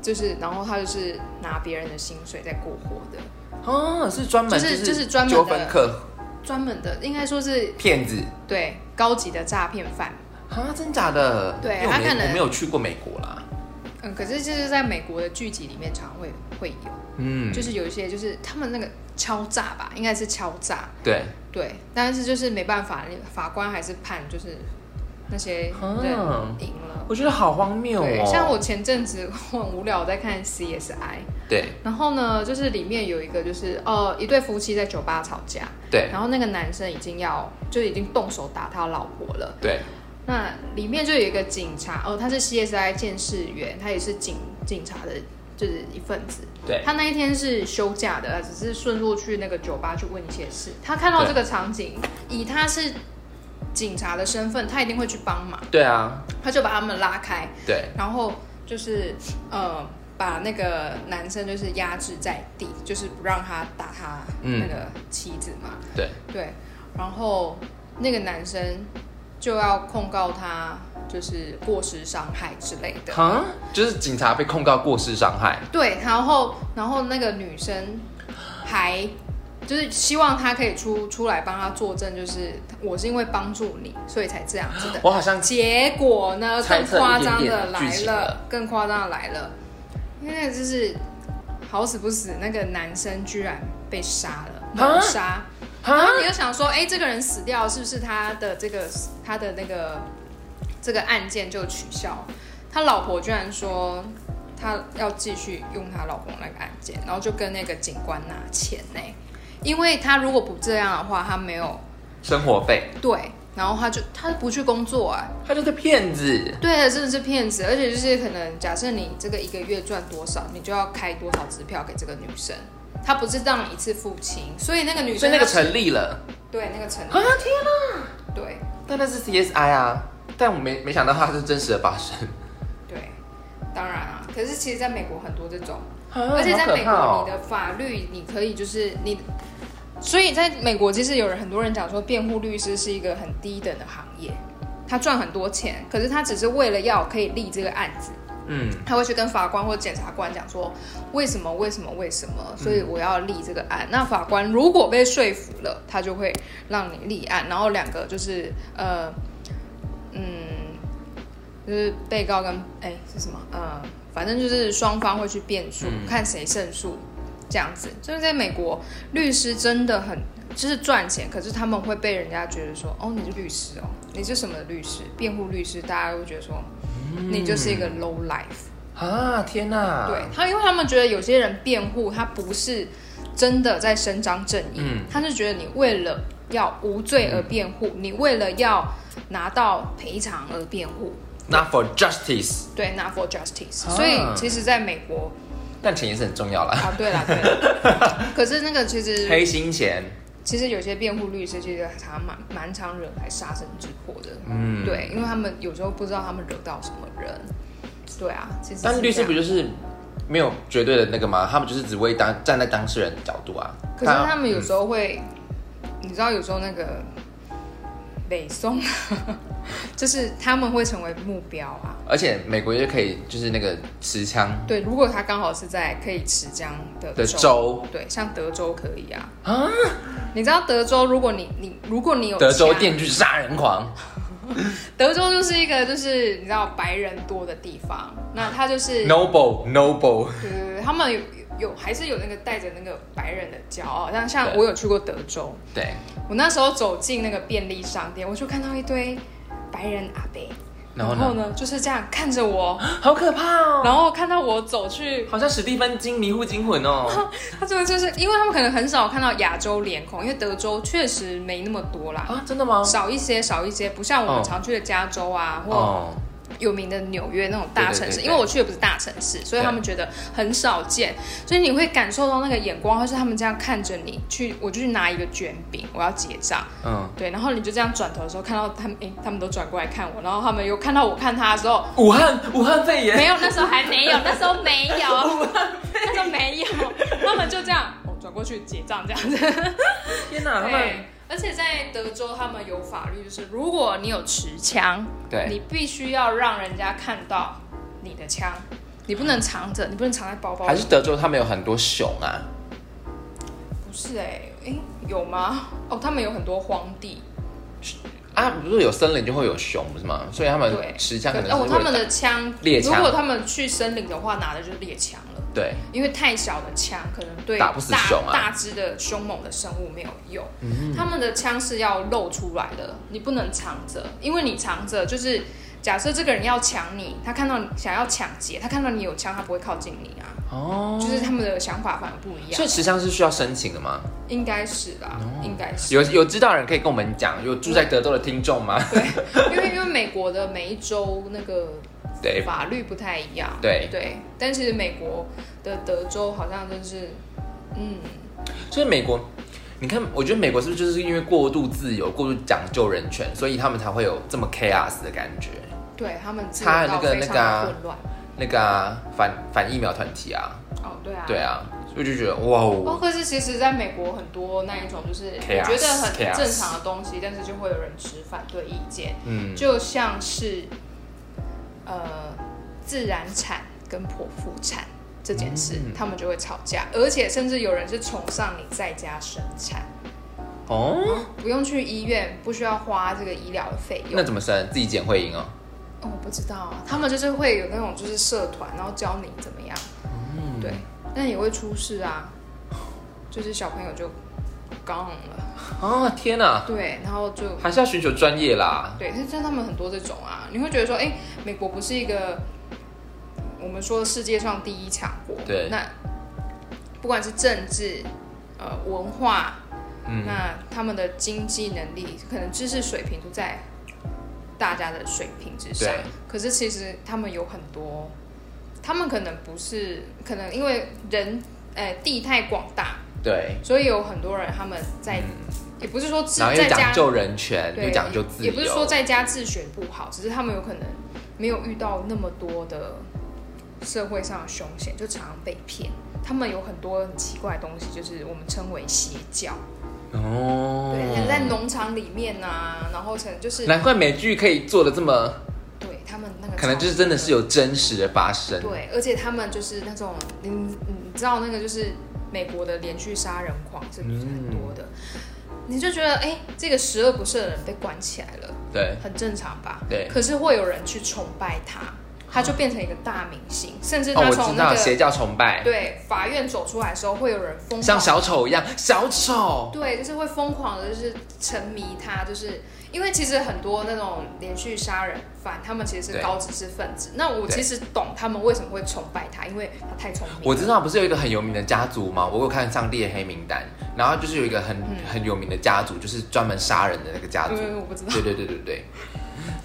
[SPEAKER 2] 就是然后他就是拿别人的薪水在过活的，
[SPEAKER 1] 哦，是专门
[SPEAKER 2] 就是就是专门的
[SPEAKER 1] 纠纷客
[SPEAKER 2] 专门的应该说是
[SPEAKER 1] 骗子
[SPEAKER 2] 对高级的诈骗犯。
[SPEAKER 1] 啊，真假的？
[SPEAKER 2] 对
[SPEAKER 1] 因为我
[SPEAKER 2] 他
[SPEAKER 1] 没
[SPEAKER 2] 可能
[SPEAKER 1] 我没有去过美国啦，
[SPEAKER 2] 嗯，可是就是在美国的剧集里面常会会有，
[SPEAKER 1] 嗯，
[SPEAKER 2] 就是有一些就是他们那个敲诈吧，应该是敲诈，
[SPEAKER 1] 对，
[SPEAKER 2] 对，但是就是没办法，法官还是判就是那些
[SPEAKER 1] 嗯
[SPEAKER 2] 人赢了。
[SPEAKER 1] 我觉得好荒谬
[SPEAKER 2] 对，
[SPEAKER 1] 哦，
[SPEAKER 2] 像我前阵子我很无聊，我在看 CSI，
[SPEAKER 1] 对
[SPEAKER 2] 然后呢，就是里面有一个就是哦，一对夫妻在酒吧吵架，
[SPEAKER 1] 对
[SPEAKER 2] 然后那个男生已经要就已经动手打他老婆了。
[SPEAKER 1] 对
[SPEAKER 2] 那里面就有一个警察哦，他是 CSI 监视员，他也是警警察的，就是一份子。
[SPEAKER 1] 对
[SPEAKER 2] 他那一天是休假的，只是顺路去那个酒吧去问一些事。他看到这个场景，以他是警察的身份，他一定会去帮忙，
[SPEAKER 1] 对啊，
[SPEAKER 2] 他就把他们拉开，
[SPEAKER 1] 对
[SPEAKER 2] 然后就是呃，把那个男生就是压制在地，就是不让他打他
[SPEAKER 1] 嗯
[SPEAKER 2] 那个妻子嘛。
[SPEAKER 1] 对
[SPEAKER 2] 对，然后那个男生就要控告他就是过失伤害之类的。
[SPEAKER 1] 哈，就是警察被控告过失伤害，
[SPEAKER 2] 对，然后然后那个女生还就是希望他可以出出来帮他作证，就是我是因为帮助你，所以才这样子的。
[SPEAKER 1] 我好像
[SPEAKER 2] 结果呢，
[SPEAKER 1] 猜
[SPEAKER 2] 更
[SPEAKER 1] 测
[SPEAKER 2] 夸
[SPEAKER 1] 一
[SPEAKER 2] 张
[SPEAKER 1] 点点
[SPEAKER 2] 的
[SPEAKER 1] 剧
[SPEAKER 2] 来
[SPEAKER 1] 情
[SPEAKER 2] 了
[SPEAKER 1] 了，
[SPEAKER 2] 更夸张的来了，因为就是好死不死，那个男生居然被杀了，谋
[SPEAKER 1] 啊
[SPEAKER 2] 杀。然
[SPEAKER 1] 哈
[SPEAKER 2] 后你就想说，哎、这个人死掉，是不是他的这个他的那个这个案件就取消？他老婆居然说他要继续用她老公那个案件，然后就跟那个警官拿钱呢、因为他如果不这样的话，他没有
[SPEAKER 1] 生活费。
[SPEAKER 2] 对，然后他就他不去工作啊、
[SPEAKER 1] 他就是骗子。
[SPEAKER 2] 对，真的是骗子，而且就是可能假设你这个一个月赚多少，你就要开多少支票给这个女生，他不是让你一次付清，所以那个女
[SPEAKER 1] 所
[SPEAKER 2] 生
[SPEAKER 1] 以那个
[SPEAKER 2] 她
[SPEAKER 1] 成立了
[SPEAKER 2] 对那个成
[SPEAKER 1] 啊！天啊！
[SPEAKER 2] 对
[SPEAKER 1] 但那是 CSI 啊，但我没没想到它是真实的发生，
[SPEAKER 2] 对，当然啊，可是其实在美国很多这种，
[SPEAKER 1] 而
[SPEAKER 2] 而且在美
[SPEAKER 1] 哦
[SPEAKER 2] 国你的法律你可以就是你，所以在美国其实有人很多人讲说辩护律师是一个很低等的行业，他赚很多钱，可是他只是为了要可以立这个案子。
[SPEAKER 1] 嗯，
[SPEAKER 2] 他会去跟法官或检察官讲说，为什么为什么为什
[SPEAKER 1] 嗯
[SPEAKER 2] 么，所以我要立这个案。那法官如果被说服了，他就会让你立案，然后两个就是呃，嗯，就是被告跟哎是什么呃，反正就是双方会去辩诉，
[SPEAKER 1] 嗯
[SPEAKER 2] 看谁胜诉这样子。就是在美国，律师真的很。就是赚钱，可是他们会被人家觉得说，哦，你是律师哦，你是什么律师？辩护律师，大家会觉得说，
[SPEAKER 1] 嗯
[SPEAKER 2] 你就是一个 low life。
[SPEAKER 1] 啊！天哪、
[SPEAKER 2] 对，他，因为他们觉得有些人辩护，他不是真的在伸张正义，
[SPEAKER 1] 嗯
[SPEAKER 2] 他是觉得你为了要无罪而辩护，你为了要拿到赔偿而辩护，
[SPEAKER 1] n o t for justice，
[SPEAKER 2] 对，拿 for justice、
[SPEAKER 1] 啊 (laughs)
[SPEAKER 2] 所以其实，在美国，
[SPEAKER 1] 但钱也是很重要啦。
[SPEAKER 2] 啊，对啦，对啦。可是那个其实
[SPEAKER 1] 黑心钱，
[SPEAKER 2] 其实有些辩护律师其实常蛮蛮常惹来杀身之祸的，
[SPEAKER 1] 嗯，。
[SPEAKER 2] 对，因为他们有时候不知道他们惹到什么人。对啊，其实
[SPEAKER 1] 但律师不
[SPEAKER 2] 是
[SPEAKER 1] 就是没有绝对的那个吗？他们就是只为当站在当事人的角度啊。
[SPEAKER 2] 这样，可是他们有时候会，你知道有时候那个北宋，啊 (laughs) 就是他们会成为目标啊。
[SPEAKER 1] 而且美国就可以就是那个持枪
[SPEAKER 2] 对，如果他刚好是在可以持枪的
[SPEAKER 1] 的
[SPEAKER 2] 州
[SPEAKER 1] 州，
[SPEAKER 2] 对，像德州可以啊。啊，你知道德州，如果你你如果你有
[SPEAKER 1] 德州
[SPEAKER 2] 枪
[SPEAKER 1] 电锯杀人狂，
[SPEAKER 2] 德州就是一个就是你知道白人多的地方，那他就是、
[SPEAKER 1] noble noble，
[SPEAKER 2] 对对对，他们有有还是有那个带着那个白人的骄傲，像像
[SPEAKER 1] 对
[SPEAKER 2] 我有去过德州，
[SPEAKER 1] 对，
[SPEAKER 2] 我那时候走进那个便利商店，我就看到一堆白人阿伯，
[SPEAKER 1] 然后
[SPEAKER 2] 然后
[SPEAKER 1] 呢，
[SPEAKER 2] 呢就是这样看着我， (gasps)
[SPEAKER 1] 好可怕哦，
[SPEAKER 2] 然后看到我走去。
[SPEAKER 1] 好像史蒂芬金迷糊惊魂哦，
[SPEAKER 2] 他这个就是因为他们可能很少看到亚洲脸孔，因为德州确实没那么多啦，
[SPEAKER 1] (laughs) 啊，真的吗？
[SPEAKER 2] 少一些少一些，不像我
[SPEAKER 1] 哦
[SPEAKER 2] 们常去的加州啊，或
[SPEAKER 1] 哦，
[SPEAKER 2] 有名的纽约那种大城市，
[SPEAKER 1] 对对对对
[SPEAKER 2] 因为我去的不是大城市，所以他们觉得很少见，所以你会感受到那个眼光，或是他们这样看着你去，我就去拿一个卷饼，我要结账，
[SPEAKER 1] 嗯，
[SPEAKER 2] 对，然后你就这样转头的时候，看到他们，诶、他们都转过来看我，然后他们又看到我看他的时候，
[SPEAKER 1] 武汉武汉肺炎，
[SPEAKER 2] 没有，那时候还没有，那时候没有，
[SPEAKER 1] (laughs)
[SPEAKER 2] 那时候没有，他们就这样，哦，转过去结账这样子，
[SPEAKER 1] 天哪，他
[SPEAKER 2] 对
[SPEAKER 1] 们。
[SPEAKER 2] 而且在德州，他们有法律，就是如果你有持枪，
[SPEAKER 1] 对
[SPEAKER 2] 你必须要让人家看到你的枪，你不能藏着，你不能藏在包包
[SPEAKER 1] 还
[SPEAKER 2] 里
[SPEAKER 1] 是。德州他们有很多熊啊，
[SPEAKER 2] 不是哎、诶、有吗？哦，他们有很多荒地，
[SPEAKER 1] 啊，不是有森林就会有熊，不是吗？所以他们
[SPEAKER 2] 对
[SPEAKER 1] 持枪可
[SPEAKER 2] 可
[SPEAKER 1] 能是
[SPEAKER 2] 哦，
[SPEAKER 1] 为了
[SPEAKER 2] 他们的枪，
[SPEAKER 1] 猎枪
[SPEAKER 2] 如果他们去森林的话，拿的就是猎枪了。
[SPEAKER 1] 对，
[SPEAKER 2] 因为太小的枪可能对
[SPEAKER 1] 打
[SPEAKER 2] 大
[SPEAKER 1] 不死熊啊嗯
[SPEAKER 2] 大只的凶猛的生物没有用。他们的枪是要露出来的，你不能藏着，因为你藏着就是假设这个人要抢你，他看到你想要抢劫，他看到你有枪，他不会靠近你啊。
[SPEAKER 1] 哦，
[SPEAKER 2] 就是他们的想法反而不一
[SPEAKER 1] 所以哦
[SPEAKER 2] 样，
[SPEAKER 1] 持枪是需要申请的吗？
[SPEAKER 2] 应该是啦，应该是，
[SPEAKER 1] 有有知道人可以跟我们讲，有住在德州的听众吗？
[SPEAKER 2] 因为因为美国的每一州那个
[SPEAKER 1] 对
[SPEAKER 2] 法律不太一样，
[SPEAKER 1] 对，
[SPEAKER 2] 对，但其实美国的德州好像就是，嗯，
[SPEAKER 1] 所以美国，你看，我觉得美国是不是就是因为过度自由、过度讲究人权，所以他们才会有这么 chaos 的感觉？
[SPEAKER 2] 对他们自由
[SPEAKER 1] 他那
[SPEAKER 2] 到
[SPEAKER 1] 个
[SPEAKER 2] 非
[SPEAKER 1] 那
[SPEAKER 2] 常
[SPEAKER 1] 个啊
[SPEAKER 2] 的混乱，
[SPEAKER 1] 那个、啊、反反疫苗团体啊，
[SPEAKER 2] 哦，对啊，
[SPEAKER 1] 对啊，所以就觉得哇
[SPEAKER 2] 哦
[SPEAKER 1] 哦，，
[SPEAKER 2] 可是其实，在美国很多那一种就是我
[SPEAKER 1] Chaos，
[SPEAKER 2] 觉得很
[SPEAKER 1] chaos
[SPEAKER 2] 正常的东西，但是就会有人持反对意见，
[SPEAKER 1] 嗯，
[SPEAKER 2] 就像是呃自然产跟剖腹产这件事，
[SPEAKER 1] 嗯
[SPEAKER 2] 他们就会吵架，而且甚至有人是崇尚你在家生产，
[SPEAKER 1] 哦，
[SPEAKER 2] 不用去医院，不需要花这个医疗的费用
[SPEAKER 1] 那。怎么生？自己剪会赢哦，
[SPEAKER 2] 哦，我不知道啊，他们就是会有那种就是社团，然后教你怎么样，
[SPEAKER 1] 嗯，
[SPEAKER 2] 对，但也会出事啊，就是小朋友就刚了。
[SPEAKER 1] 啊，天哪、
[SPEAKER 2] 对，然后就
[SPEAKER 1] 还是要寻求专业啦，
[SPEAKER 2] 对，但是他们很多这种啊，你会觉得说，哎、美国不是一个我们说世界上第一强国，
[SPEAKER 1] 对
[SPEAKER 2] 那不管是政治、呃文化，
[SPEAKER 1] 嗯
[SPEAKER 2] 那他们的经济能力，可能知识水平都在大家的水平之上
[SPEAKER 1] 对，
[SPEAKER 2] 可是啊其实他们有很多，他们可能不是，可能因为人。呃，地太广大，
[SPEAKER 1] 对，
[SPEAKER 2] 所以有很多人他们在，也不是说
[SPEAKER 1] 嗯
[SPEAKER 2] 自
[SPEAKER 1] 然后又
[SPEAKER 2] 在家
[SPEAKER 1] 讲究人权，
[SPEAKER 2] 对，
[SPEAKER 1] 又讲究自由，
[SPEAKER 2] 也不是说在家自学不好，只是他们有可能没有遇到那么多的社会上的凶险，就常常被骗。他们有很多很奇怪的东西，就是我们称为邪教，
[SPEAKER 1] 哦，
[SPEAKER 2] 对，可能在农场里面啊，然后可能就是
[SPEAKER 1] 难怪美剧可以做的这么，
[SPEAKER 2] 对他们那个
[SPEAKER 1] 可能就是真的是有真实的发生。
[SPEAKER 2] 对，而且他们就是那种你你知道那个就是美国的连续杀人狂是不是
[SPEAKER 1] 嗯
[SPEAKER 2] 很多的？你就觉得哎、这个十恶不赦的人被关起来了。
[SPEAKER 1] 对
[SPEAKER 2] 很正常吧？
[SPEAKER 1] 对
[SPEAKER 2] 可是会有人去崇拜他，他就变成一个大明星，甚至
[SPEAKER 1] 哦，
[SPEAKER 2] 他
[SPEAKER 1] 我
[SPEAKER 2] 从
[SPEAKER 1] 知道
[SPEAKER 2] 那
[SPEAKER 1] 邪
[SPEAKER 2] 个
[SPEAKER 1] 教崇拜，
[SPEAKER 2] 对法院走出来的时候，会有人疯
[SPEAKER 1] 像
[SPEAKER 2] 狂，
[SPEAKER 1] 小丑一样，小丑
[SPEAKER 2] 对，就是会疯狂的，就是沉迷他，就是因为其实很多那种连续杀人犯，他们其实是
[SPEAKER 1] 对
[SPEAKER 2] 高知识分子。那我
[SPEAKER 1] 对
[SPEAKER 2] 其实懂他们为什么会崇拜他，因为他太聪明了。
[SPEAKER 1] 我知道不是有一个很有名的家族吗？我有看《上帝的黑名单》，然后就是有一个很、
[SPEAKER 2] 嗯
[SPEAKER 1] 很有名的家族，就是专门杀人的那个家族。
[SPEAKER 2] 因为我不知道。
[SPEAKER 1] 对对对对对，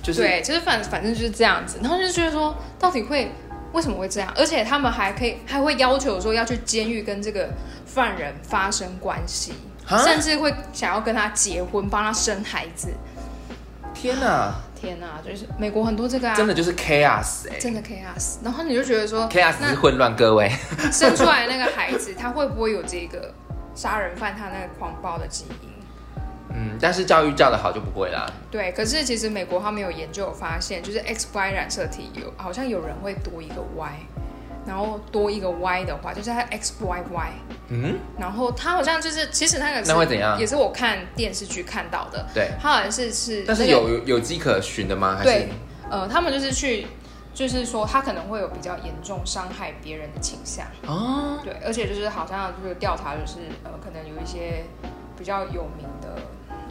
[SPEAKER 1] 就是
[SPEAKER 2] 对，就是反反正就是这样子，然后就觉得说，到底会为什么会这样？而且他们还可以还会要求说要去监狱跟这个犯人发生关系，
[SPEAKER 1] 啊
[SPEAKER 2] 甚至会想要跟他结婚，帮他生孩子。
[SPEAKER 1] 天哪，
[SPEAKER 2] 天哪、就是美国很多这个啊，
[SPEAKER 1] 真的就是 chaos 哎、
[SPEAKER 2] 真的 chaos。然后你就觉得说
[SPEAKER 1] chaos 是
[SPEAKER 2] 那
[SPEAKER 1] 混乱，各位。
[SPEAKER 2] 生出来那个孩子，他会不会有这个杀人犯他那个狂暴的基因？
[SPEAKER 1] 嗯，但是教育教的好就不会啦。
[SPEAKER 2] 对，可是其实美国他们有研究有发现，就是 X Y 染色体有好像有人会多一个 Y，然后多一个 Y 的话，就是他 X Y Y，
[SPEAKER 1] 嗯，
[SPEAKER 2] 然后他好像就是其实那个是
[SPEAKER 1] 那会怎样
[SPEAKER 2] 也是我看电视剧看到的，
[SPEAKER 1] 对。
[SPEAKER 2] 他好像是是
[SPEAKER 1] 但是
[SPEAKER 2] 那个
[SPEAKER 1] 有有有迹可循的吗？还是
[SPEAKER 2] 对呃，他们就是去就是说他可能会有比较严重伤害别人的倾向。
[SPEAKER 1] 哦，
[SPEAKER 2] 对，而且就是好像就是调查，就是呃，可能有一些比较有名的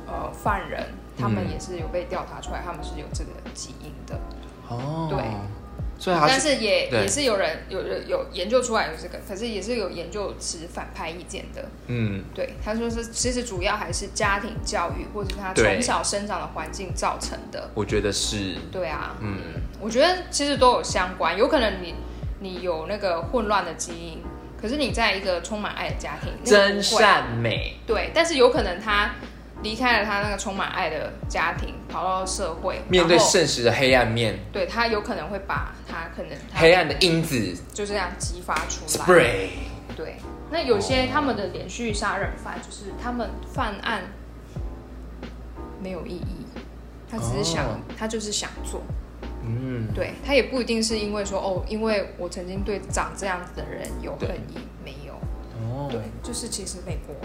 [SPEAKER 2] 呃犯人，他们
[SPEAKER 1] 嗯
[SPEAKER 2] 也是有被调查出来，他们是有这个基因的，
[SPEAKER 1] 哦，
[SPEAKER 2] 对，
[SPEAKER 1] 所以他
[SPEAKER 2] 但
[SPEAKER 1] 是
[SPEAKER 2] 是也
[SPEAKER 1] 对
[SPEAKER 2] 也是有人有有有研究出来有这个，可是也是有研究持反派意见的。
[SPEAKER 1] 嗯，
[SPEAKER 2] 对，他说是其实主要还是家庭教育或者是他
[SPEAKER 1] 对
[SPEAKER 2] 从小生长的环境造成的。
[SPEAKER 1] 我觉得是，
[SPEAKER 2] 对啊，
[SPEAKER 1] 嗯，
[SPEAKER 2] 我觉得其实都有相关，有可能你你有那个混乱的基因，可是你在一个充满爱的家庭，那个不
[SPEAKER 1] 真
[SPEAKER 2] 会
[SPEAKER 1] 善美，
[SPEAKER 2] 对，但是有可能他离开了他那个充满爱的家庭，跑到社会，
[SPEAKER 1] 面对
[SPEAKER 2] 然后
[SPEAKER 1] 现实的黑暗面，
[SPEAKER 2] 对他有可能会把他可能他
[SPEAKER 1] 黑暗的因子
[SPEAKER 2] 就这样激发出来。
[SPEAKER 1] spray，
[SPEAKER 2] 对，那有些他们的连续杀人犯，就是他们犯案没有意义，他只是想，
[SPEAKER 1] 哦
[SPEAKER 2] 他就是想做。
[SPEAKER 1] 嗯，
[SPEAKER 2] 对他也不一定是因为说哦，因为我曾经对长这样子的人有
[SPEAKER 1] 对
[SPEAKER 2] 恨意，没有。
[SPEAKER 1] 哦
[SPEAKER 2] 对，，就是其实美国，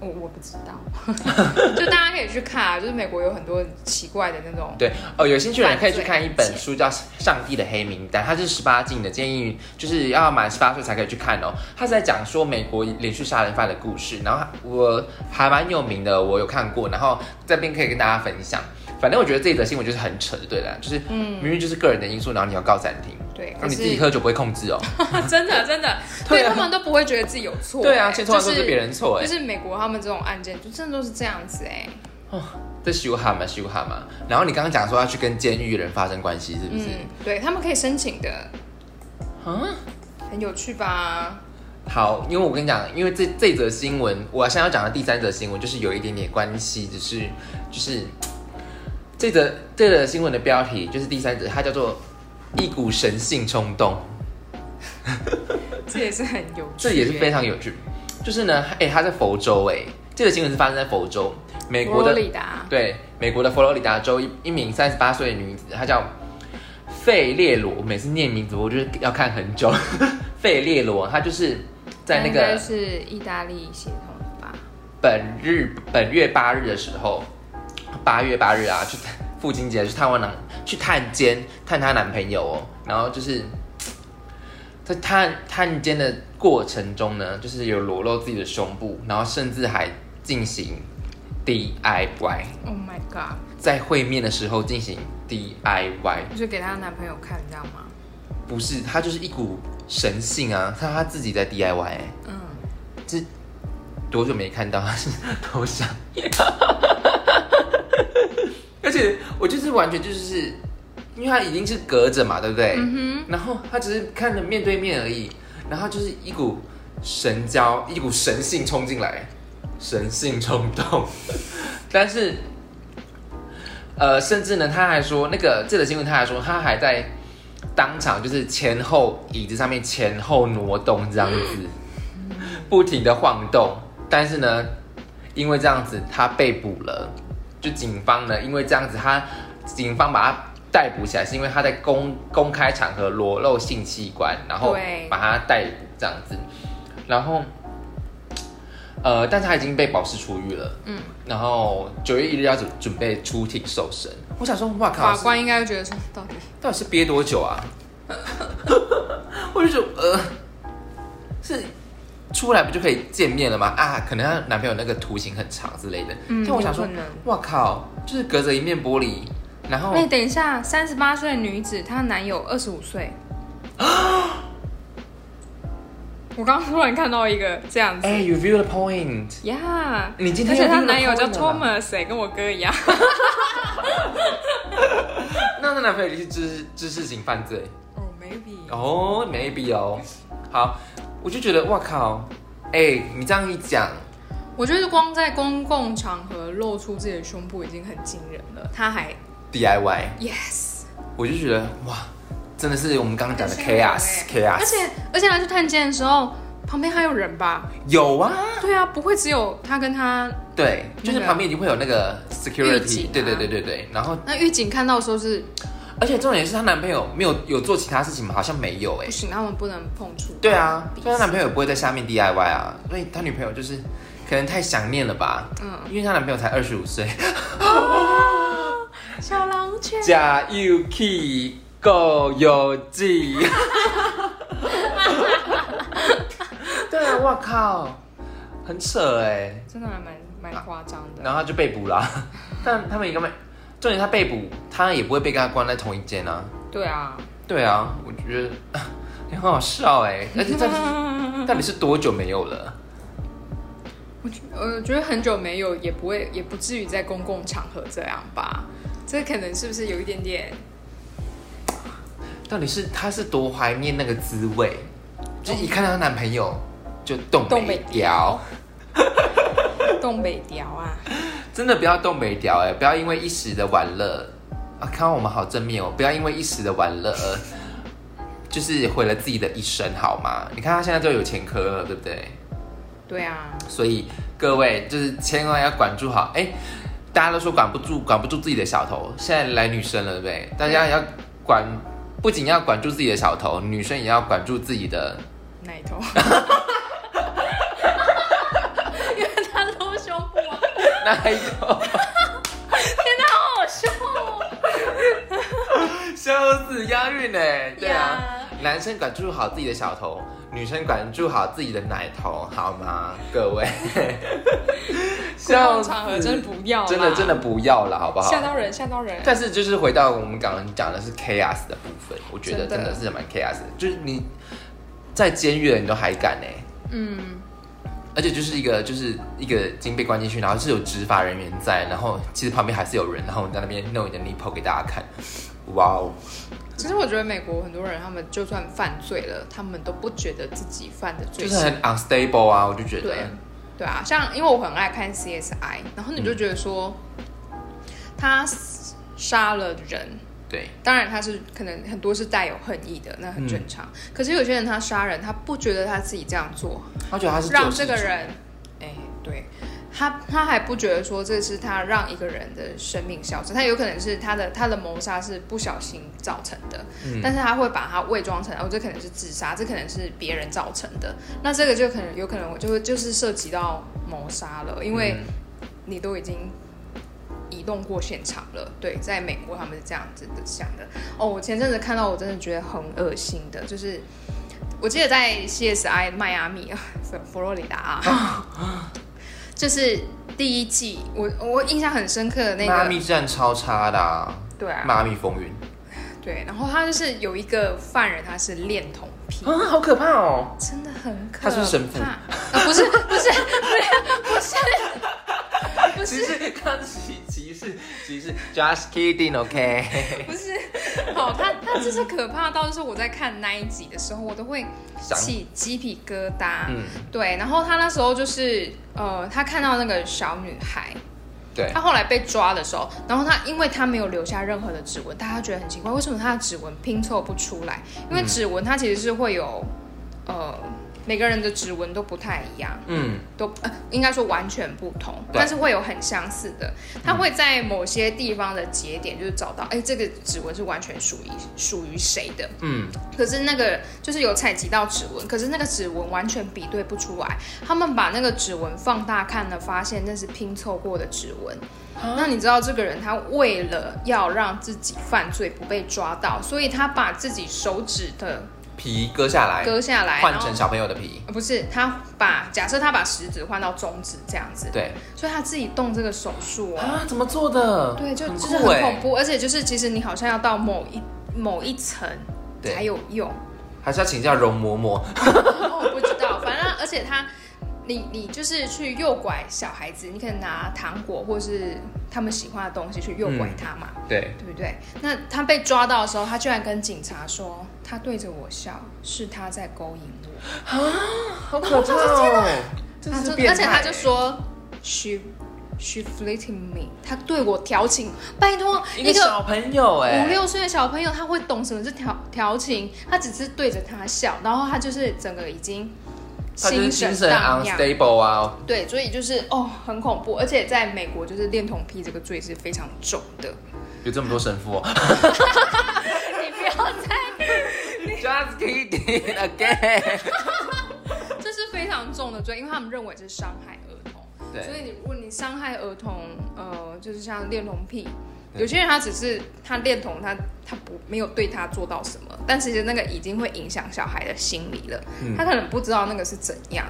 [SPEAKER 2] 我我不知
[SPEAKER 1] (laughs)
[SPEAKER 2] 道，就大家可以去看啊，就是美国有很多很奇怪的那种，
[SPEAKER 1] 对哦，有兴趣的人可以去
[SPEAKER 2] 犯罪
[SPEAKER 1] 看一本书，叫《上帝的黑名单》，它是十八禁的，建议就是要满十八岁才可以去看哦。它是在讲说美国连续杀人犯的故事，然后我还蛮有名的，我有看过，然后这边可以跟大家分享。反正我觉得这一则新闻就是很扯，对了，就是
[SPEAKER 2] 嗯
[SPEAKER 1] 明明就是个人的因素，然后你要告暂停，
[SPEAKER 2] 对，
[SPEAKER 1] 那
[SPEAKER 2] 可
[SPEAKER 1] 你
[SPEAKER 2] 是
[SPEAKER 1] 自己喝酒不会控
[SPEAKER 2] (laughs)
[SPEAKER 1] 制哦。
[SPEAKER 2] 真的真的，
[SPEAKER 1] (laughs) 对
[SPEAKER 2] 对
[SPEAKER 1] 啊
[SPEAKER 2] 他们都不会觉得自己有错、
[SPEAKER 1] 对啊，
[SPEAKER 2] 欸
[SPEAKER 1] 千错万错
[SPEAKER 2] 就是
[SPEAKER 1] 别人错哎
[SPEAKER 2] 就。是美国他们这种案件，就真的都是这样子哎、
[SPEAKER 1] 这修哈嘛修哈嘛，然后你刚刚讲说要去跟监狱人发生关系，是不是？
[SPEAKER 2] 嗯，对他们可以申请的，
[SPEAKER 1] 嗯
[SPEAKER 2] 很有趣吧？
[SPEAKER 1] 好，因为我跟你讲，因为这这则新闻，我现在要讲的第三则新闻，就是有一点点关系，只是就是这则这则新闻的标题就是第三则，它叫做“一股神性冲动
[SPEAKER 2] 这也是很有”，趣、欸
[SPEAKER 1] 这也是非常有趣。就是呢，哎、它在佛州、哎，这个新闻是发生在佛州，美国
[SPEAKER 2] 佛罗
[SPEAKER 1] 的
[SPEAKER 2] 里达，
[SPEAKER 1] 对，美国的佛罗里达州一一名三十八岁的女子，她叫费列罗。我每次念名字，我就是要看很久。 (laughs) 费列罗，她就是在那
[SPEAKER 2] 应该
[SPEAKER 1] 个
[SPEAKER 2] 是意大利血统的吧？
[SPEAKER 1] 本日本月八日的时候，八月八日啊，去探父亲节去探望男，去探监探她男朋友哦。然后就是在探探监的过程中呢，就是有裸露自己的胸部，然后甚至还进行 DIY。
[SPEAKER 2] Oh my god！
[SPEAKER 1] 在会面的时候进行 DIY，
[SPEAKER 2] 就是给她男朋友看，这样吗？
[SPEAKER 1] 不是，他就是一股神性啊，他他自己在 DIY，、欸、
[SPEAKER 2] 嗯，
[SPEAKER 1] 多久没看到他是头上，而且我就是完全就是，因为他已经是隔着嘛，对不对？
[SPEAKER 2] 嗯
[SPEAKER 1] 然后他只是看着面对面而已，然后就是一股神交，一股神性冲进来，神性冲动。 (laughs) 但是，呃，甚至呢，他还说那个这则新闻，他还说他还在当场就是前后椅子上面前后挪动这样子，不停的晃动。但是呢，因为这样子他被捕了，就警方呢，因为这样子他警方把他逮捕起来，是因为他在公公开场合裸露性器官，然后
[SPEAKER 2] 对
[SPEAKER 1] 把他逮捕这样子，然后。呃，但是他已经被保释出狱了，嗯
[SPEAKER 2] 嗯，
[SPEAKER 1] 然后九月一日要准准备出庭受审。我想说，哇
[SPEAKER 2] 哼，
[SPEAKER 1] 靠，
[SPEAKER 2] 法
[SPEAKER 1] 是
[SPEAKER 2] 官应该会觉得说，到底
[SPEAKER 1] 到底是憋多久啊？ (laughs) 我就觉得呃，是出来不就可以见面了吗？啊，可能她男朋友那个图形很长之类的。
[SPEAKER 2] 嗯
[SPEAKER 1] 但我想说
[SPEAKER 2] 有可能，
[SPEAKER 1] 哇靠，就是隔着一面玻璃，然后
[SPEAKER 2] 哎、等一下，三十八岁的女子，她男友二十五岁。
[SPEAKER 1] (gasps)
[SPEAKER 2] 我刚刚突然看到一个这样子，
[SPEAKER 1] 哎、y o u view the point。
[SPEAKER 2] 呀、
[SPEAKER 1] 你今天
[SPEAKER 2] 而
[SPEAKER 1] 又
[SPEAKER 2] 且她
[SPEAKER 1] 听了
[SPEAKER 2] 男友
[SPEAKER 1] Conan
[SPEAKER 2] 叫
[SPEAKER 1] 了吧
[SPEAKER 2] Thomas，哎、跟我哥
[SPEAKER 1] (laughs)
[SPEAKER 2] 一样。
[SPEAKER 1] 那那男朋友就是知识知识型犯罪，Oh,
[SPEAKER 2] 哦，没
[SPEAKER 1] 哦，maybe 哦，好，我就觉得哇靠，哎、你这样一讲，
[SPEAKER 2] 我觉得光在公共场合露出自己的胸部已经很惊人了，他还
[SPEAKER 1] DIY，
[SPEAKER 2] yes，
[SPEAKER 1] 我就觉得哇，真的是我们刚刚讲的
[SPEAKER 2] 很吓人
[SPEAKER 1] chaos
[SPEAKER 2] 欸而
[SPEAKER 1] chaos，
[SPEAKER 2] 且而且他去探监的时候，旁边还有人吧？
[SPEAKER 1] 有啊，
[SPEAKER 2] 对啊，不会只有他跟他
[SPEAKER 1] 对，就是
[SPEAKER 2] 那个
[SPEAKER 1] 旁边一定会有那个 security，、
[SPEAKER 2] 警啊
[SPEAKER 1] 对对对对对，然后
[SPEAKER 2] 那狱警看到的时候是
[SPEAKER 1] 而且重点是她男朋友没有有做其他事情吗？好像没有哎、
[SPEAKER 2] 不行，他们不能碰触。
[SPEAKER 1] 对啊，
[SPEAKER 2] 彼此
[SPEAKER 1] 所以她男朋友也不会在下面 DIY 啊，所以她女朋友就是可能太想念了吧，
[SPEAKER 2] 嗯，
[SPEAKER 1] 因为她男朋友才二十五岁。 (laughs)
[SPEAKER 2] 小狼犬，
[SPEAKER 1] 假 UK 够有
[SPEAKER 2] (laughs)
[SPEAKER 1] 记。对啊，我靠，很扯哎、
[SPEAKER 2] 真的还蛮蛮夸张的。
[SPEAKER 1] 然后他就被捕啦、 (laughs) 但他们一个没，重点他被捕，他也不会被跟他关在同一间啊。
[SPEAKER 2] 对啊，
[SPEAKER 1] 对啊，我觉得 (laughs) 很好笑哎、而 (laughs) 且到底是到底是多久没有了？
[SPEAKER 2] 我觉呃觉得很久没有，也不会也不至于在公共场合这样吧。这可能是不是有一点点？
[SPEAKER 1] 到底是她是多怀念那个滋味？就一看到她男朋友就冻
[SPEAKER 2] 冻
[SPEAKER 1] 没
[SPEAKER 2] 没
[SPEAKER 1] 掉。
[SPEAKER 2] 东北调啊，
[SPEAKER 1] 真的不要动北调哎、不要因为一时的玩乐啊，看到我们好正面哦，不要因为一时的玩乐而 (laughs) 就是毁了自己的一生好吗？你看他现在都有前科了，对不对？
[SPEAKER 2] 对啊，
[SPEAKER 1] 所以各位就是千万要管住好哎、大家都说管不住管不住自己的小头，现在来女生了，对不对？大家也要管，不仅要管住自己的小头，女生也要管住自己的
[SPEAKER 2] 奶
[SPEAKER 1] (laughs)
[SPEAKER 2] 头，因为他露胸部啊，
[SPEAKER 1] 那一头。
[SPEAKER 2] 天哪，好好笑哦！
[SPEAKER 1] 笑死押韵呢，
[SPEAKER 2] (laughs)
[SPEAKER 1] 对啊男生管住好自己的小头，女生管住好自己的奶头，好吗？各
[SPEAKER 2] (laughs)
[SPEAKER 1] 位，
[SPEAKER 2] 公
[SPEAKER 1] 笑
[SPEAKER 2] 共
[SPEAKER 1] 死
[SPEAKER 2] 场合真的不要
[SPEAKER 1] (laughs)
[SPEAKER 2] 啦，
[SPEAKER 1] 真的真的不要了，好不好？
[SPEAKER 2] 吓到人，吓到人。
[SPEAKER 1] 但是就是回到我们刚刚讲的是 chaos 的部分，我觉得
[SPEAKER 2] 真的
[SPEAKER 1] 真的是蛮 chaos 的，就是你在监狱了你都还敢呢、
[SPEAKER 2] 嗯，
[SPEAKER 1] 而且就是一个就是一个已经被关进去，然后是有执法人员在，然后其实旁边还是有人，然后你在那边弄你的 nipple 给大家看，哇哦！
[SPEAKER 2] 其实我觉得美国很多人，他们就算犯罪了，他们都不觉得自己犯的罪
[SPEAKER 1] 就是是很 unstable 啊，我就觉得
[SPEAKER 2] 对，对啊，像因为我很爱看 CSI，然后你
[SPEAKER 1] 嗯
[SPEAKER 2] 就觉得说、他杀了人，
[SPEAKER 1] 对
[SPEAKER 2] 当然他是可能很多是带有恨意的，那
[SPEAKER 1] 嗯
[SPEAKER 2] 很正常。可是有些人他杀人，他不觉得他自己这样做，
[SPEAKER 1] 他觉得他是
[SPEAKER 2] 让
[SPEAKER 1] 救世
[SPEAKER 2] 这个
[SPEAKER 1] 主，
[SPEAKER 2] 人，哎、对。他他还不觉得说这是他让一个人的生命消失，他有可能是他的他的谋杀是不小心造成的，
[SPEAKER 1] 嗯，
[SPEAKER 2] 但是他会把它伪装成哦，这可能是自杀，这可能是别人造成的。那这个就可能有可能我就会就是涉及到谋杀了，因为
[SPEAKER 1] 嗯
[SPEAKER 2] 你都已经移动过现场了。对，在美国他们是这样子的想的。哦，我前阵子看到我真的觉得很恶心的，就是我记得在 CSI 迈阿密啊， (laughs) 佛佛罗里达啊，就是第一季我我印象很深刻的那
[SPEAKER 1] 妈
[SPEAKER 2] 个，
[SPEAKER 1] 咪战超差的、啊，
[SPEAKER 2] 对啊，
[SPEAKER 1] 妈咪风
[SPEAKER 2] (laughs)
[SPEAKER 1] 云
[SPEAKER 2] 对，然后他就是有一个犯人，他是恋童癖。
[SPEAKER 1] 啊，好可怕哦！
[SPEAKER 2] 真的很可怕。
[SPEAKER 1] 他是不是神父
[SPEAKER 2] 啊不是 (laughs) 不是不是不
[SPEAKER 1] 其
[SPEAKER 2] 是
[SPEAKER 1] 实 (laughs) 刚歧歧视歧视，just kidding，OK，、
[SPEAKER 2] 不是， (laughs) 好，他他就是可怕到，就是我在看那一集的时候，我都会
[SPEAKER 1] 想
[SPEAKER 2] 起鸡皮疙瘩。
[SPEAKER 1] 嗯，
[SPEAKER 2] 对，然后他那时候就是呃，他看到那个小女孩，
[SPEAKER 1] 对
[SPEAKER 2] 他，后来被抓的时候，然后他因为他没有留下任何的指纹，大家觉得很奇怪，为什么他的指纹拼凑不出来？因为
[SPEAKER 1] 嗯
[SPEAKER 2] 指纹它其实是会有呃。每个人的指纹都不太一样，
[SPEAKER 1] 嗯，
[SPEAKER 2] 都、呃、应该说完全不同，
[SPEAKER 1] 对嗯
[SPEAKER 2] 但是会有很相似的。他会在某些地方的节点，就是找到，哎、这个指纹是完全属于属于谁的。
[SPEAKER 1] 嗯，
[SPEAKER 2] 可是那个就是有采集到指纹，可是那个指纹完全比对不出来。他们把那个指纹放大看了，发现那是拼凑过的指纹。
[SPEAKER 1] 啊
[SPEAKER 2] 那你知道这个人他为了要让自己犯罪不被抓到，所以他把自己手指的
[SPEAKER 1] 皮割下来，
[SPEAKER 2] 割下来，
[SPEAKER 1] 换
[SPEAKER 2] 然后
[SPEAKER 1] 成小朋友的皮，
[SPEAKER 2] 呃不是他把假设他把食指换到中指这样子，
[SPEAKER 1] 对
[SPEAKER 2] 所以他自己动这个手术哦。
[SPEAKER 1] 啊，怎么做的？
[SPEAKER 2] 对，就
[SPEAKER 1] 很
[SPEAKER 2] 就
[SPEAKER 1] 酷
[SPEAKER 2] 是很
[SPEAKER 1] 哎
[SPEAKER 2] 恐怖，而且就是其实你好像要到某一某一层
[SPEAKER 1] 对
[SPEAKER 2] 才有用，哦
[SPEAKER 1] 还是要请教容嬷嬷，
[SPEAKER 2] 我不知道，反正而且他，你你就是去诱拐小孩子，你可能拿糖果或是他们喜欢的东西去诱拐他嘛，
[SPEAKER 1] 对，
[SPEAKER 2] 对不对？那他被抓到的时候，他居然跟警察说，他对着我笑，是他在勾引我。
[SPEAKER 1] 好可怕哦！真
[SPEAKER 2] 他
[SPEAKER 1] 是
[SPEAKER 2] 就
[SPEAKER 1] 变态
[SPEAKER 2] 而且他就说，she she flirting me，他对我调情。拜托，
[SPEAKER 1] 一个小朋友哎，
[SPEAKER 2] 五六岁的小朋友，他会懂什么是调调情，他只是对着他笑，然后他就是整个已经
[SPEAKER 1] 他就是精神
[SPEAKER 2] 荡漾。
[SPEAKER 1] unstable 啊，
[SPEAKER 2] 对，所以就是哦，很恐怖，而且在美国就是恋童癖这个罪是非常重
[SPEAKER 1] (laughs)
[SPEAKER 2] 的。
[SPEAKER 1] 有这么多神父、哦。
[SPEAKER 2] 你不要再，
[SPEAKER 1] Just kidding (laughs) again。
[SPEAKER 2] 这是非常重的罪，因为他们认为这是伤害儿童。所
[SPEAKER 1] 对，
[SPEAKER 2] 以你如果你伤害儿童，呃，就是像恋童癖，
[SPEAKER 1] 对
[SPEAKER 2] 有些人他只是他恋童，他他不没有对他做到什么，但其实那个已经会影响小孩的心理了。
[SPEAKER 1] 嗯
[SPEAKER 2] 他可能不知道那个是怎样，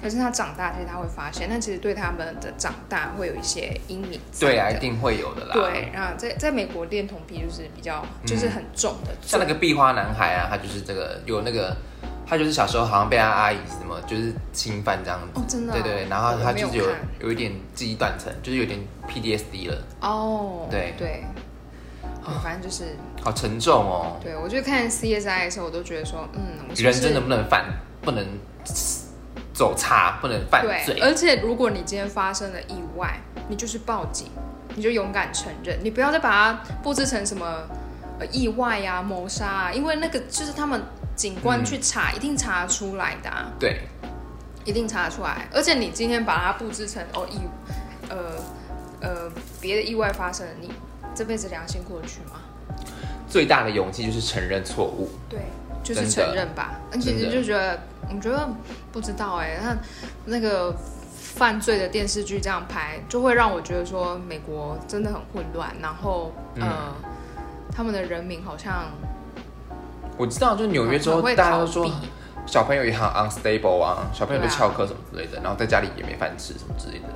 [SPEAKER 2] 可是他长大其实他会发现，那其实对他们的长大会有一些阴影在的。
[SPEAKER 1] 对啊，一定会有的啦。，嗯
[SPEAKER 2] 对，然后在在美国恋童癖就是比较就是很重的罪。
[SPEAKER 1] 像那个壁花男孩啊，他就是这个有那个，他就是小时候好像被他阿姨什么就是侵犯这样子。
[SPEAKER 2] 哦，真的啊、
[SPEAKER 1] 对对对，然后
[SPEAKER 2] 我
[SPEAKER 1] 他
[SPEAKER 2] 没
[SPEAKER 1] 就
[SPEAKER 2] 有
[SPEAKER 1] 是有
[SPEAKER 2] 看
[SPEAKER 1] 有一点记忆断层，就是有点 PDSD 了，
[SPEAKER 2] 哦，
[SPEAKER 1] 对
[SPEAKER 2] 对，反正就是
[SPEAKER 1] 好沉重哦。
[SPEAKER 2] 对，我就看 CSI 的时候，我都觉得说，嗯，我是不
[SPEAKER 1] 人
[SPEAKER 2] 是
[SPEAKER 1] 真的不能犯，不能走差，不能犯
[SPEAKER 2] 对，
[SPEAKER 1] 罪。
[SPEAKER 2] 而且如果你今天发生了意外，你就是报警，你就勇敢承认，你不要再把它布置成什么呃意外呀、谋杀啊，因为那个就是他们警官
[SPEAKER 1] 嗯
[SPEAKER 2] 去查，一定查得出来的、啊，
[SPEAKER 1] 对，
[SPEAKER 2] 一定查得出来。而且你今天把它布置成哦意，呃呃别的意外发生了，你这辈子良心过得去吗？
[SPEAKER 1] 最大的勇气就是承认错误。
[SPEAKER 2] 对，就是
[SPEAKER 1] 真的
[SPEAKER 2] 承认吧。而且
[SPEAKER 1] 真的
[SPEAKER 2] 就觉得，我觉得不知道哎、那那个犯罪的电视剧这样拍，就会让我觉得说美国真的很混乱，然后
[SPEAKER 1] 嗯
[SPEAKER 2] 呃，他们的人民好像
[SPEAKER 1] 我知道，就是纽约州
[SPEAKER 2] 很会
[SPEAKER 1] 大家
[SPEAKER 2] 逃
[SPEAKER 1] 都说
[SPEAKER 2] 避
[SPEAKER 1] 小朋友也很 unstable 啊，小朋友都
[SPEAKER 2] 对啊
[SPEAKER 1] 翘课什么之类的，然后在家里也没饭吃什么之类的。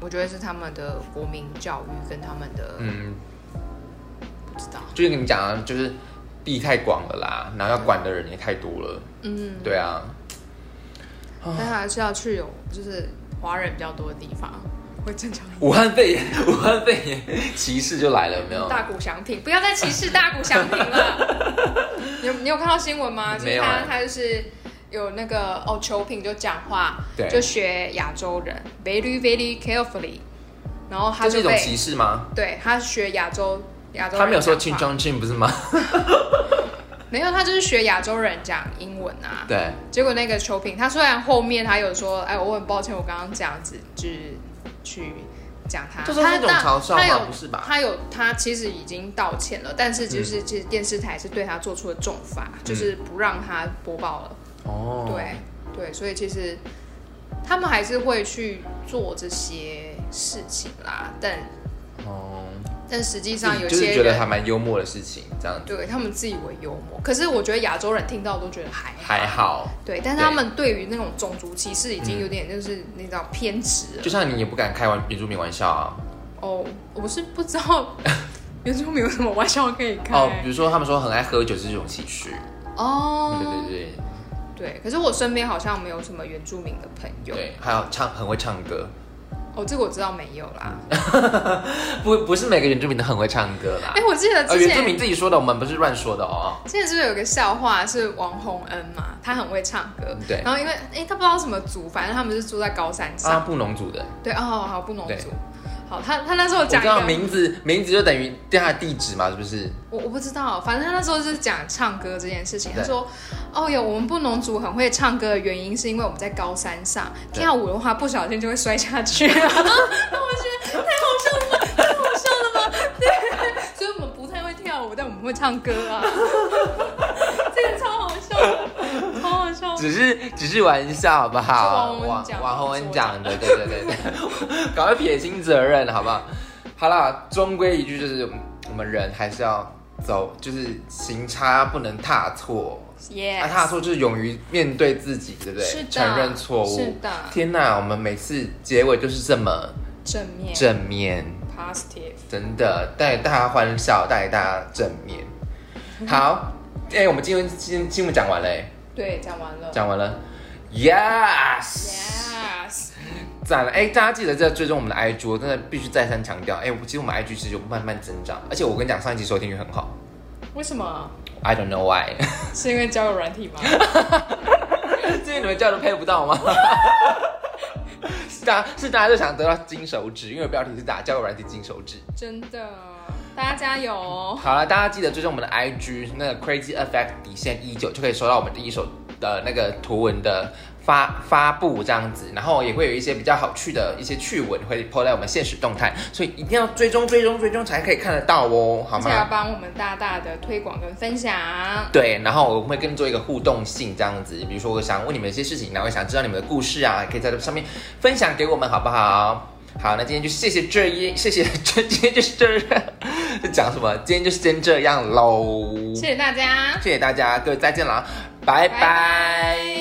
[SPEAKER 2] 我觉得是他们的国民教育跟他们的、
[SPEAKER 1] 嗯，
[SPEAKER 2] 不知道，
[SPEAKER 1] 就是跟你讲啊，就是地太广了啦，然后要管的人也太多了。
[SPEAKER 2] 嗯，
[SPEAKER 1] 对啊，
[SPEAKER 2] 但还是要去有就是华人比较多的地方，会正常。
[SPEAKER 1] 武汉肺炎，武汉肺炎歧视就来了，有没有？
[SPEAKER 2] 大谷翔平，不要再歧视大谷翔平了。
[SPEAKER 1] (laughs)
[SPEAKER 2] 你有你有看到新闻吗？就
[SPEAKER 1] 没
[SPEAKER 2] 是
[SPEAKER 1] 有
[SPEAKER 2] 他
[SPEAKER 1] 啊
[SPEAKER 2] 他就是有那个哦，球评就讲话，
[SPEAKER 1] 对
[SPEAKER 2] 就学亚洲人，very very carefully，然后他
[SPEAKER 1] 这是
[SPEAKER 2] 就
[SPEAKER 1] 一种
[SPEAKER 2] 被
[SPEAKER 1] 歧视吗？
[SPEAKER 2] 对他学亚洲亚洲人
[SPEAKER 1] 他没有说
[SPEAKER 2] 讲
[SPEAKER 1] chin
[SPEAKER 2] 话
[SPEAKER 1] chong chin 不是吗？ (laughs)
[SPEAKER 2] 没有，他就是学亚洲人讲英文啊。
[SPEAKER 1] 对，
[SPEAKER 2] 结果那个球评，他虽然后面他有说，哎，我很抱歉，我刚刚这样子就是去讲他，
[SPEAKER 1] 这算是一种
[SPEAKER 2] 他
[SPEAKER 1] 嘲笑吗
[SPEAKER 2] 他有
[SPEAKER 1] 不是吧嗯
[SPEAKER 2] 他有他其实已经道歉了，但是就是其实电视台是对他做出了重罚，就是不让他播报了。
[SPEAKER 1] 哦，
[SPEAKER 2] 对对，所以其实他们还是会去做这些事情啦，但
[SPEAKER 1] 哦，
[SPEAKER 2] 但实际上有
[SPEAKER 1] 就是
[SPEAKER 2] 些
[SPEAKER 1] 觉得还
[SPEAKER 2] 人。
[SPEAKER 1] 蛮幽默的事情，这样子
[SPEAKER 2] 对他们自以为幽默，可是我觉得亚洲人听到都觉得还
[SPEAKER 1] 还好。
[SPEAKER 2] 对，但是他们对于那种种族歧视已经有点就是你知道偏执了。
[SPEAKER 1] 就像你也不敢开玩原住民玩笑啊，
[SPEAKER 2] 哦，我是不知道 (laughs) 原住民有什么玩笑可以开。
[SPEAKER 1] 哦，比如说他们说很爱喝酒是一种歧视，对
[SPEAKER 2] 哦，
[SPEAKER 1] 对对
[SPEAKER 2] 对，可是我身边好像没有什么原住民的朋友。
[SPEAKER 1] 对，还有唱很会唱歌， (laughs)
[SPEAKER 2] 哦，这个我知道没有啦。
[SPEAKER 1] 嗯不不是每个原住民都很会唱歌啦
[SPEAKER 2] 哎、，我记得
[SPEAKER 1] 呃，
[SPEAKER 2] 之
[SPEAKER 1] 原住
[SPEAKER 2] 前
[SPEAKER 1] 民自己说的，我们不是乱说的哦，
[SPEAKER 2] 之前是不是有个笑话是王洪恩嘛，他很会唱歌。
[SPEAKER 1] 嗯对
[SPEAKER 2] 然后因为哎、他不知道什么族，反正他们是住在高山上。
[SPEAKER 1] 啊阿布农族的，
[SPEAKER 2] 对，哦，好不农
[SPEAKER 1] 对
[SPEAKER 2] 族。好，他他那时候
[SPEAKER 1] 我
[SPEAKER 2] 讲
[SPEAKER 1] 知
[SPEAKER 2] 一个
[SPEAKER 1] 道名字名字就等于对他的地址嘛，是不是？
[SPEAKER 2] 我我不知道，反正他那时候就是讲唱歌这件事情。
[SPEAKER 1] 对
[SPEAKER 2] 他说：“哦哟，我们布农族很会唱歌的原因是因为我们在高山上
[SPEAKER 1] 对
[SPEAKER 2] 跳舞的话，不小心就会摔下去。” (laughs) 那我觉得太好笑了吧，太好笑了吧？ (laughs) 对，所以我们不太会跳舞，但我们会唱歌啊。 (laughs) 这个超好笑的，超好笑。
[SPEAKER 1] 只是只是玩笑，好不好？
[SPEAKER 2] 是王宏恩讲的
[SPEAKER 1] 王宏恩讲的，对对对对， (laughs) 赶快撇清责任，好不好？好啦，终归一句就是，我们人还是要走，就是行差不能踏错。
[SPEAKER 2] 耶、
[SPEAKER 1] 那、踏错就是勇于面对自己，对不对？
[SPEAKER 2] 是的，
[SPEAKER 1] 承认错
[SPEAKER 2] 是
[SPEAKER 1] 误。
[SPEAKER 2] 的，
[SPEAKER 1] 天哪，我们每次结尾就是这么
[SPEAKER 2] 正面
[SPEAKER 1] 正面，
[SPEAKER 2] positive。
[SPEAKER 1] 真的带大家欢笑，带大家正
[SPEAKER 2] (laughs)
[SPEAKER 1] 面。好，哎、我们今天新新闻讲完了、哎
[SPEAKER 2] 对，讲完了。
[SPEAKER 1] 讲完了，Yes。
[SPEAKER 2] Yes，
[SPEAKER 1] 赞了！哎、大家记得再追踪我们的 IG，我真的必须再三强调，哎、我其实我们 IG 是有慢慢增长，而且我跟你讲，上一集收听率很好
[SPEAKER 2] 为什么？
[SPEAKER 1] ，I don't know why， (laughs)
[SPEAKER 2] 是因为交友软体吗？ (laughs)
[SPEAKER 1] 是因为你们叫人配不到吗？ (laughs) 是大家是大家都想得到金手指，因为标题是打交友软体金手指。
[SPEAKER 2] 真的，大家加油哦！
[SPEAKER 1] 好了，大家记得追踪我们的 IG 那个 Crazy Effect 底线一九，就可以收到我们第一手的那个图文的发发布这样子，然后也会有一些比较好趣的一些趣闻会 po 在我们现实动态，所以一定要追踪追踪追踪才可以看得到哦，好
[SPEAKER 2] 而且要
[SPEAKER 1] 吗？
[SPEAKER 2] 帮我们大大的推广跟分享。
[SPEAKER 1] 对，然后我们会跟你做一个互动性这样子，比如说我想问你们一些事情，然后我想知道你们的故事啊，可以在这上面分享给我们，好不好？好，那今天就谢谢这一，谢谢这今天就是这样，讲什么？今天就是先这样喽。
[SPEAKER 2] 谢谢大家。啊
[SPEAKER 1] 谢谢大家，各位再见了，拜拜。
[SPEAKER 2] 拜拜